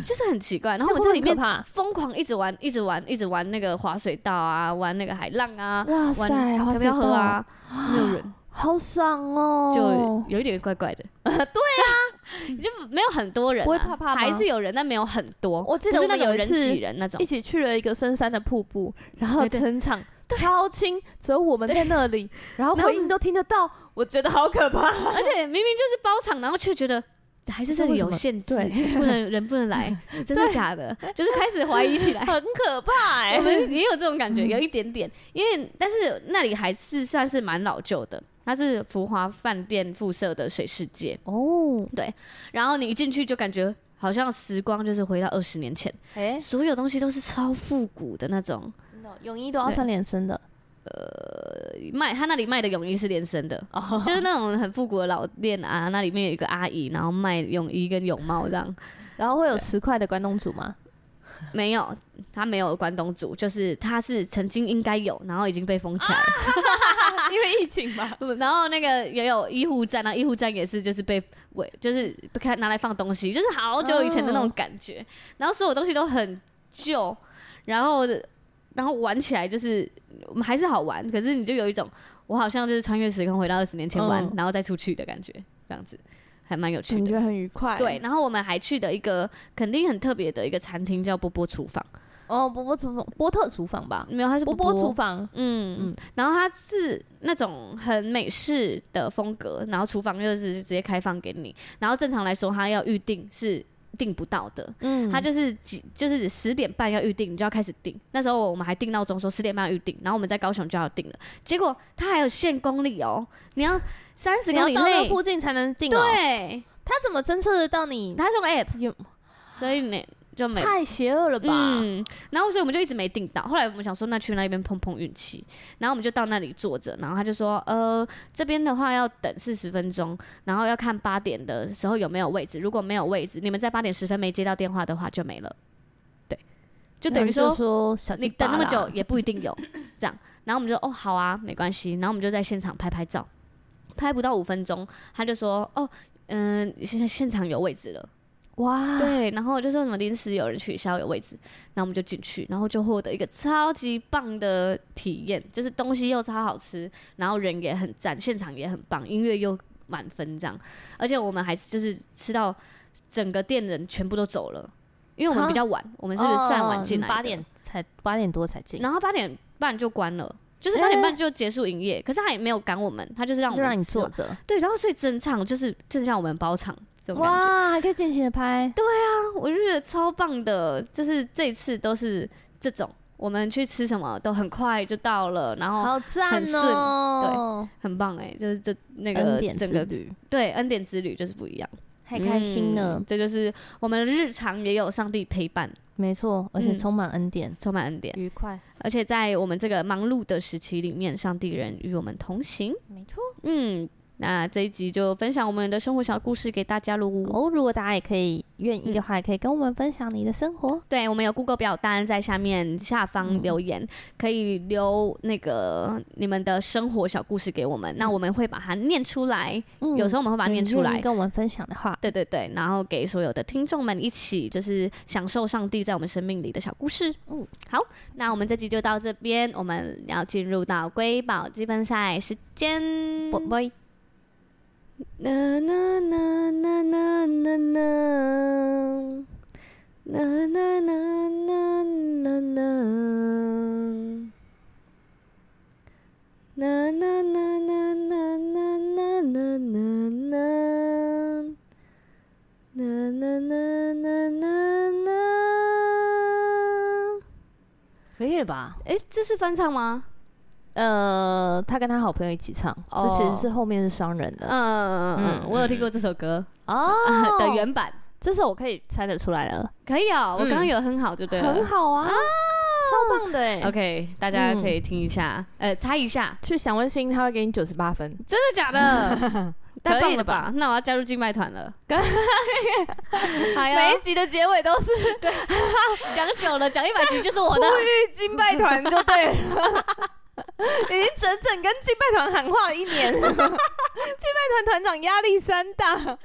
Speaker 2: 就是很奇怪。然
Speaker 1: 然
Speaker 2: 后
Speaker 1: 后
Speaker 2: 我
Speaker 1: 我在
Speaker 2: 们在里
Speaker 1: 里
Speaker 2: 面
Speaker 1: 面怕，啊
Speaker 2: 疯狂一直玩，一直玩，一直玩那个滑水道啊，玩那个海浪啊，
Speaker 1: 哇
Speaker 2: 玩
Speaker 1: 塞，
Speaker 2: 漂
Speaker 1: 好
Speaker 2: 漂河，啊，没有人，
Speaker 1: 好爽哦！
Speaker 2: 就有一点怪怪 的。对啊，就没有很多人啊，
Speaker 1: 不会怕怕吗
Speaker 2: 还是有人，但没有很多。
Speaker 1: 我记得
Speaker 2: 不是
Speaker 1: 我
Speaker 2: 那
Speaker 1: 们
Speaker 2: 种
Speaker 1: 有一
Speaker 2: 人
Speaker 1: 次
Speaker 2: 挤人那 种
Speaker 1: 一，起去了一个深山的瀑布，然后
Speaker 2: 对对
Speaker 1: 整场超清，只有我们在那 里，然后
Speaker 2: 然后
Speaker 1: 回音都听得到，我觉得好可 怕。
Speaker 2: 而且明明就是包场，然后却觉得。还是这里有限制，
Speaker 1: 为什
Speaker 2: 不能人不能来， 真的假的？就是开始怀疑起来，
Speaker 1: 很可怕哎、
Speaker 2: 我们也有这种感觉，有一点点，因为但是那里还是算是蛮老旧的，它是福华饭店附设的水世界，
Speaker 1: 哦，
Speaker 2: 然后你一进去就感觉好像时光就是回到二十年前，
Speaker 1: 哎，
Speaker 2: 所有东西都是超复古的那种。
Speaker 1: 真的哦泳衣都要
Speaker 2: 对
Speaker 1: 穿连身的
Speaker 2: 卖他那里卖的泳衣是连身的，
Speaker 1: 哦，
Speaker 2: 就是那种很复古的老店啊，那里面有一个阿姨，然后卖泳衣跟泳帽这样。
Speaker 1: 然后会有十块的关东煮吗？
Speaker 2: 没有，他没有关东煮，就是他是曾经应该有，然后已经被封起来。
Speaker 1: 因为疫情嘛，
Speaker 2: 然后那个也有医护站啊，医护站也是就是被伪，就是被看拿来放东西，就是好久以前的那种感觉。然后所有东西都很旧，然后然后玩起来就是嗯还是好玩，可是你就有一种我好像就是穿越时空回到二十年前玩，
Speaker 1: 嗯
Speaker 2: 然后再出去的感觉，这样子还蛮有趣
Speaker 1: 感
Speaker 2: 的。
Speaker 1: 觉很愉快。
Speaker 2: 对，，然后我们还去的一个肯定很特别的一个餐厅叫波波厨房，
Speaker 1: 哦，波波厨房，波特厨房吧，
Speaker 2: 没有它是
Speaker 1: 波
Speaker 2: 嗯波
Speaker 1: 波厨房，
Speaker 2: 嗯，嗯，然后它是那种很美式的风格，然后厨房就是直接开放给你，然后正常来说它要预定是订不到的，
Speaker 1: 嗯
Speaker 2: 它就是几就是十点半要预定，你就要开始订。那时候我们还定闹钟说十点半要预定，然后我们在高雄就要订了，结果它还有限公里哦，你要三十
Speaker 1: 你要
Speaker 2: 公里
Speaker 1: 到那
Speaker 2: 内，
Speaker 1: 附近才能订哦。，
Speaker 2: 对，
Speaker 1: 他怎么侦测得到你？
Speaker 2: 它是用 app，
Speaker 1: 有
Speaker 2: 所以你就没
Speaker 1: 太邪恶了吧？
Speaker 2: 嗯，然后所以我们就一直没订到。后来我们想说，那去那边碰碰运气。然后我们就到那里坐着，然后他就说，呃，这边的话要等四十分钟，然后要看八点的时候有没有位置。如果没有位置，你们在八点十分没接到电话的话就没了。对，就等于
Speaker 1: 那
Speaker 2: 说
Speaker 1: 你说小鸡
Speaker 2: 你
Speaker 1: 巴
Speaker 2: 等
Speaker 1: 啦
Speaker 2: 那么久，也不一定有这样。然后我们就哦好啊，没关系。然后我们就在现场拍拍照，拍不到五分钟，他就说哦。嗯，现在现场有位置了，
Speaker 1: 哇，
Speaker 2: 对，然后就说什么临时有人取消有位置，那我们就进去，然后就获得一个超级棒的体验，就是东西又超好吃，然后人也很赞，现场也很棒，音乐又满分这样，而且我们还就是吃到整个店人全部都走了，因为我们
Speaker 1: 啊
Speaker 2: 比较晚，我
Speaker 1: 我
Speaker 2: 们是算晚进来
Speaker 1: 哦
Speaker 2: 的
Speaker 1: 八点才八点多才进，
Speaker 2: 然后八点半就关了。就是八点半就结束营业，可是他也没有赶我们，他就是让我
Speaker 1: 就
Speaker 2: 们
Speaker 1: 让你
Speaker 2: 吃
Speaker 1: 坐
Speaker 2: 完
Speaker 1: 着，
Speaker 2: 对，然后所以整场就是正像我们包场这种感觉，
Speaker 1: 哇，还可以尽情的拍，
Speaker 2: 我就觉得超棒的，就是这次都是这种，我们去吃什么都很快就到了，然后
Speaker 1: 好赞
Speaker 2: 很顺
Speaker 1: 哦，
Speaker 2: 很棒哎、就是这那
Speaker 1: 恩
Speaker 2: 个
Speaker 1: 典
Speaker 2: 整
Speaker 1: 之
Speaker 2: 个
Speaker 1: 旅，
Speaker 2: 对恩典之旅就是不一样，
Speaker 1: 太开心了
Speaker 2: 嗯，这就是我们的日常也有上帝陪伴，
Speaker 1: 没错，而且
Speaker 2: 嗯
Speaker 1: 充满恩典，
Speaker 2: 充满恩典，
Speaker 1: 愉快，
Speaker 2: 而且在我们这个忙碌的时期里面，上帝人与我们同行。
Speaker 1: 没错。
Speaker 2: 嗯，那这一集就分享我们的生活小故事给大家喽。
Speaker 1: 哦，如果大家也可以愿意的话，也可以跟我们分享你的生活。
Speaker 2: 对，我们有 Google 表单在下面下
Speaker 1: 嗯
Speaker 2: 方留言，可以留那个你们的生活小故事给我们，那我们会把它念出来。
Speaker 1: 嗯
Speaker 2: 有时候我们会把它念出
Speaker 1: 你
Speaker 2: 来
Speaker 1: 愿意。跟我们分享的话，
Speaker 2: 对对对，然后给所有的听众们一起，就是享受上帝在我们生命里的小故事。嗯
Speaker 1: 嗯，
Speaker 2: 好，那我们这集就到这边，我们要进入到瑰宝积分赛时间。
Speaker 1: 拜拜。
Speaker 2: 啦啦啦啦啦啦啦，啦啦啦啦啦啦。啦啦啦啦啦啦啦啦啦啦，啦啦啦啦啦啦。
Speaker 1: 可以了吧？
Speaker 2: 哎，这是翻唱吗？
Speaker 1: 呃，他跟他好朋友一起唱，
Speaker 2: 哦
Speaker 1: 这其实是后面是双人
Speaker 2: 嗯
Speaker 1: 的
Speaker 2: 嗯嗯，我有听过这首歌
Speaker 1: 哦
Speaker 2: 的原版，
Speaker 1: 这首我可以猜得出来了，
Speaker 2: 可以哦，我刚刚
Speaker 1: 嗯
Speaker 2: 有哼好就对了，
Speaker 1: 很好啊，超棒的哎、
Speaker 2: OK，大家可以听一下，呃，猜一下，
Speaker 1: 去想问星，他会给你九十八分，
Speaker 2: 真的假的？ 太
Speaker 1: 可
Speaker 2: 棒
Speaker 1: 以
Speaker 2: 了
Speaker 1: 了
Speaker 2: 吧
Speaker 1: 吧？
Speaker 2: 那我要加入竞卖团 了。好呀，
Speaker 1: 每一集的结尾都是
Speaker 2: 讲久了，讲一百集就是我
Speaker 1: 呼
Speaker 2: 的。
Speaker 1: 吁金拜团就对了， 已经整整跟金拜团喊话了一 年，金拜团团长压力山大，
Speaker 2: 所有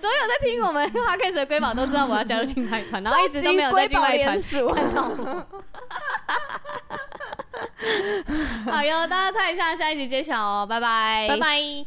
Speaker 2: 在听 我们 podcast 的瑰宝都知道我要加入竞卖团，然后一直都没有在
Speaker 1: 超级瑰宝
Speaker 2: 竞卖团
Speaker 1: 联。署，
Speaker 2: 好哟，大家猜一下，下一集揭晓哦，拜拜，
Speaker 1: 哎拜。拜。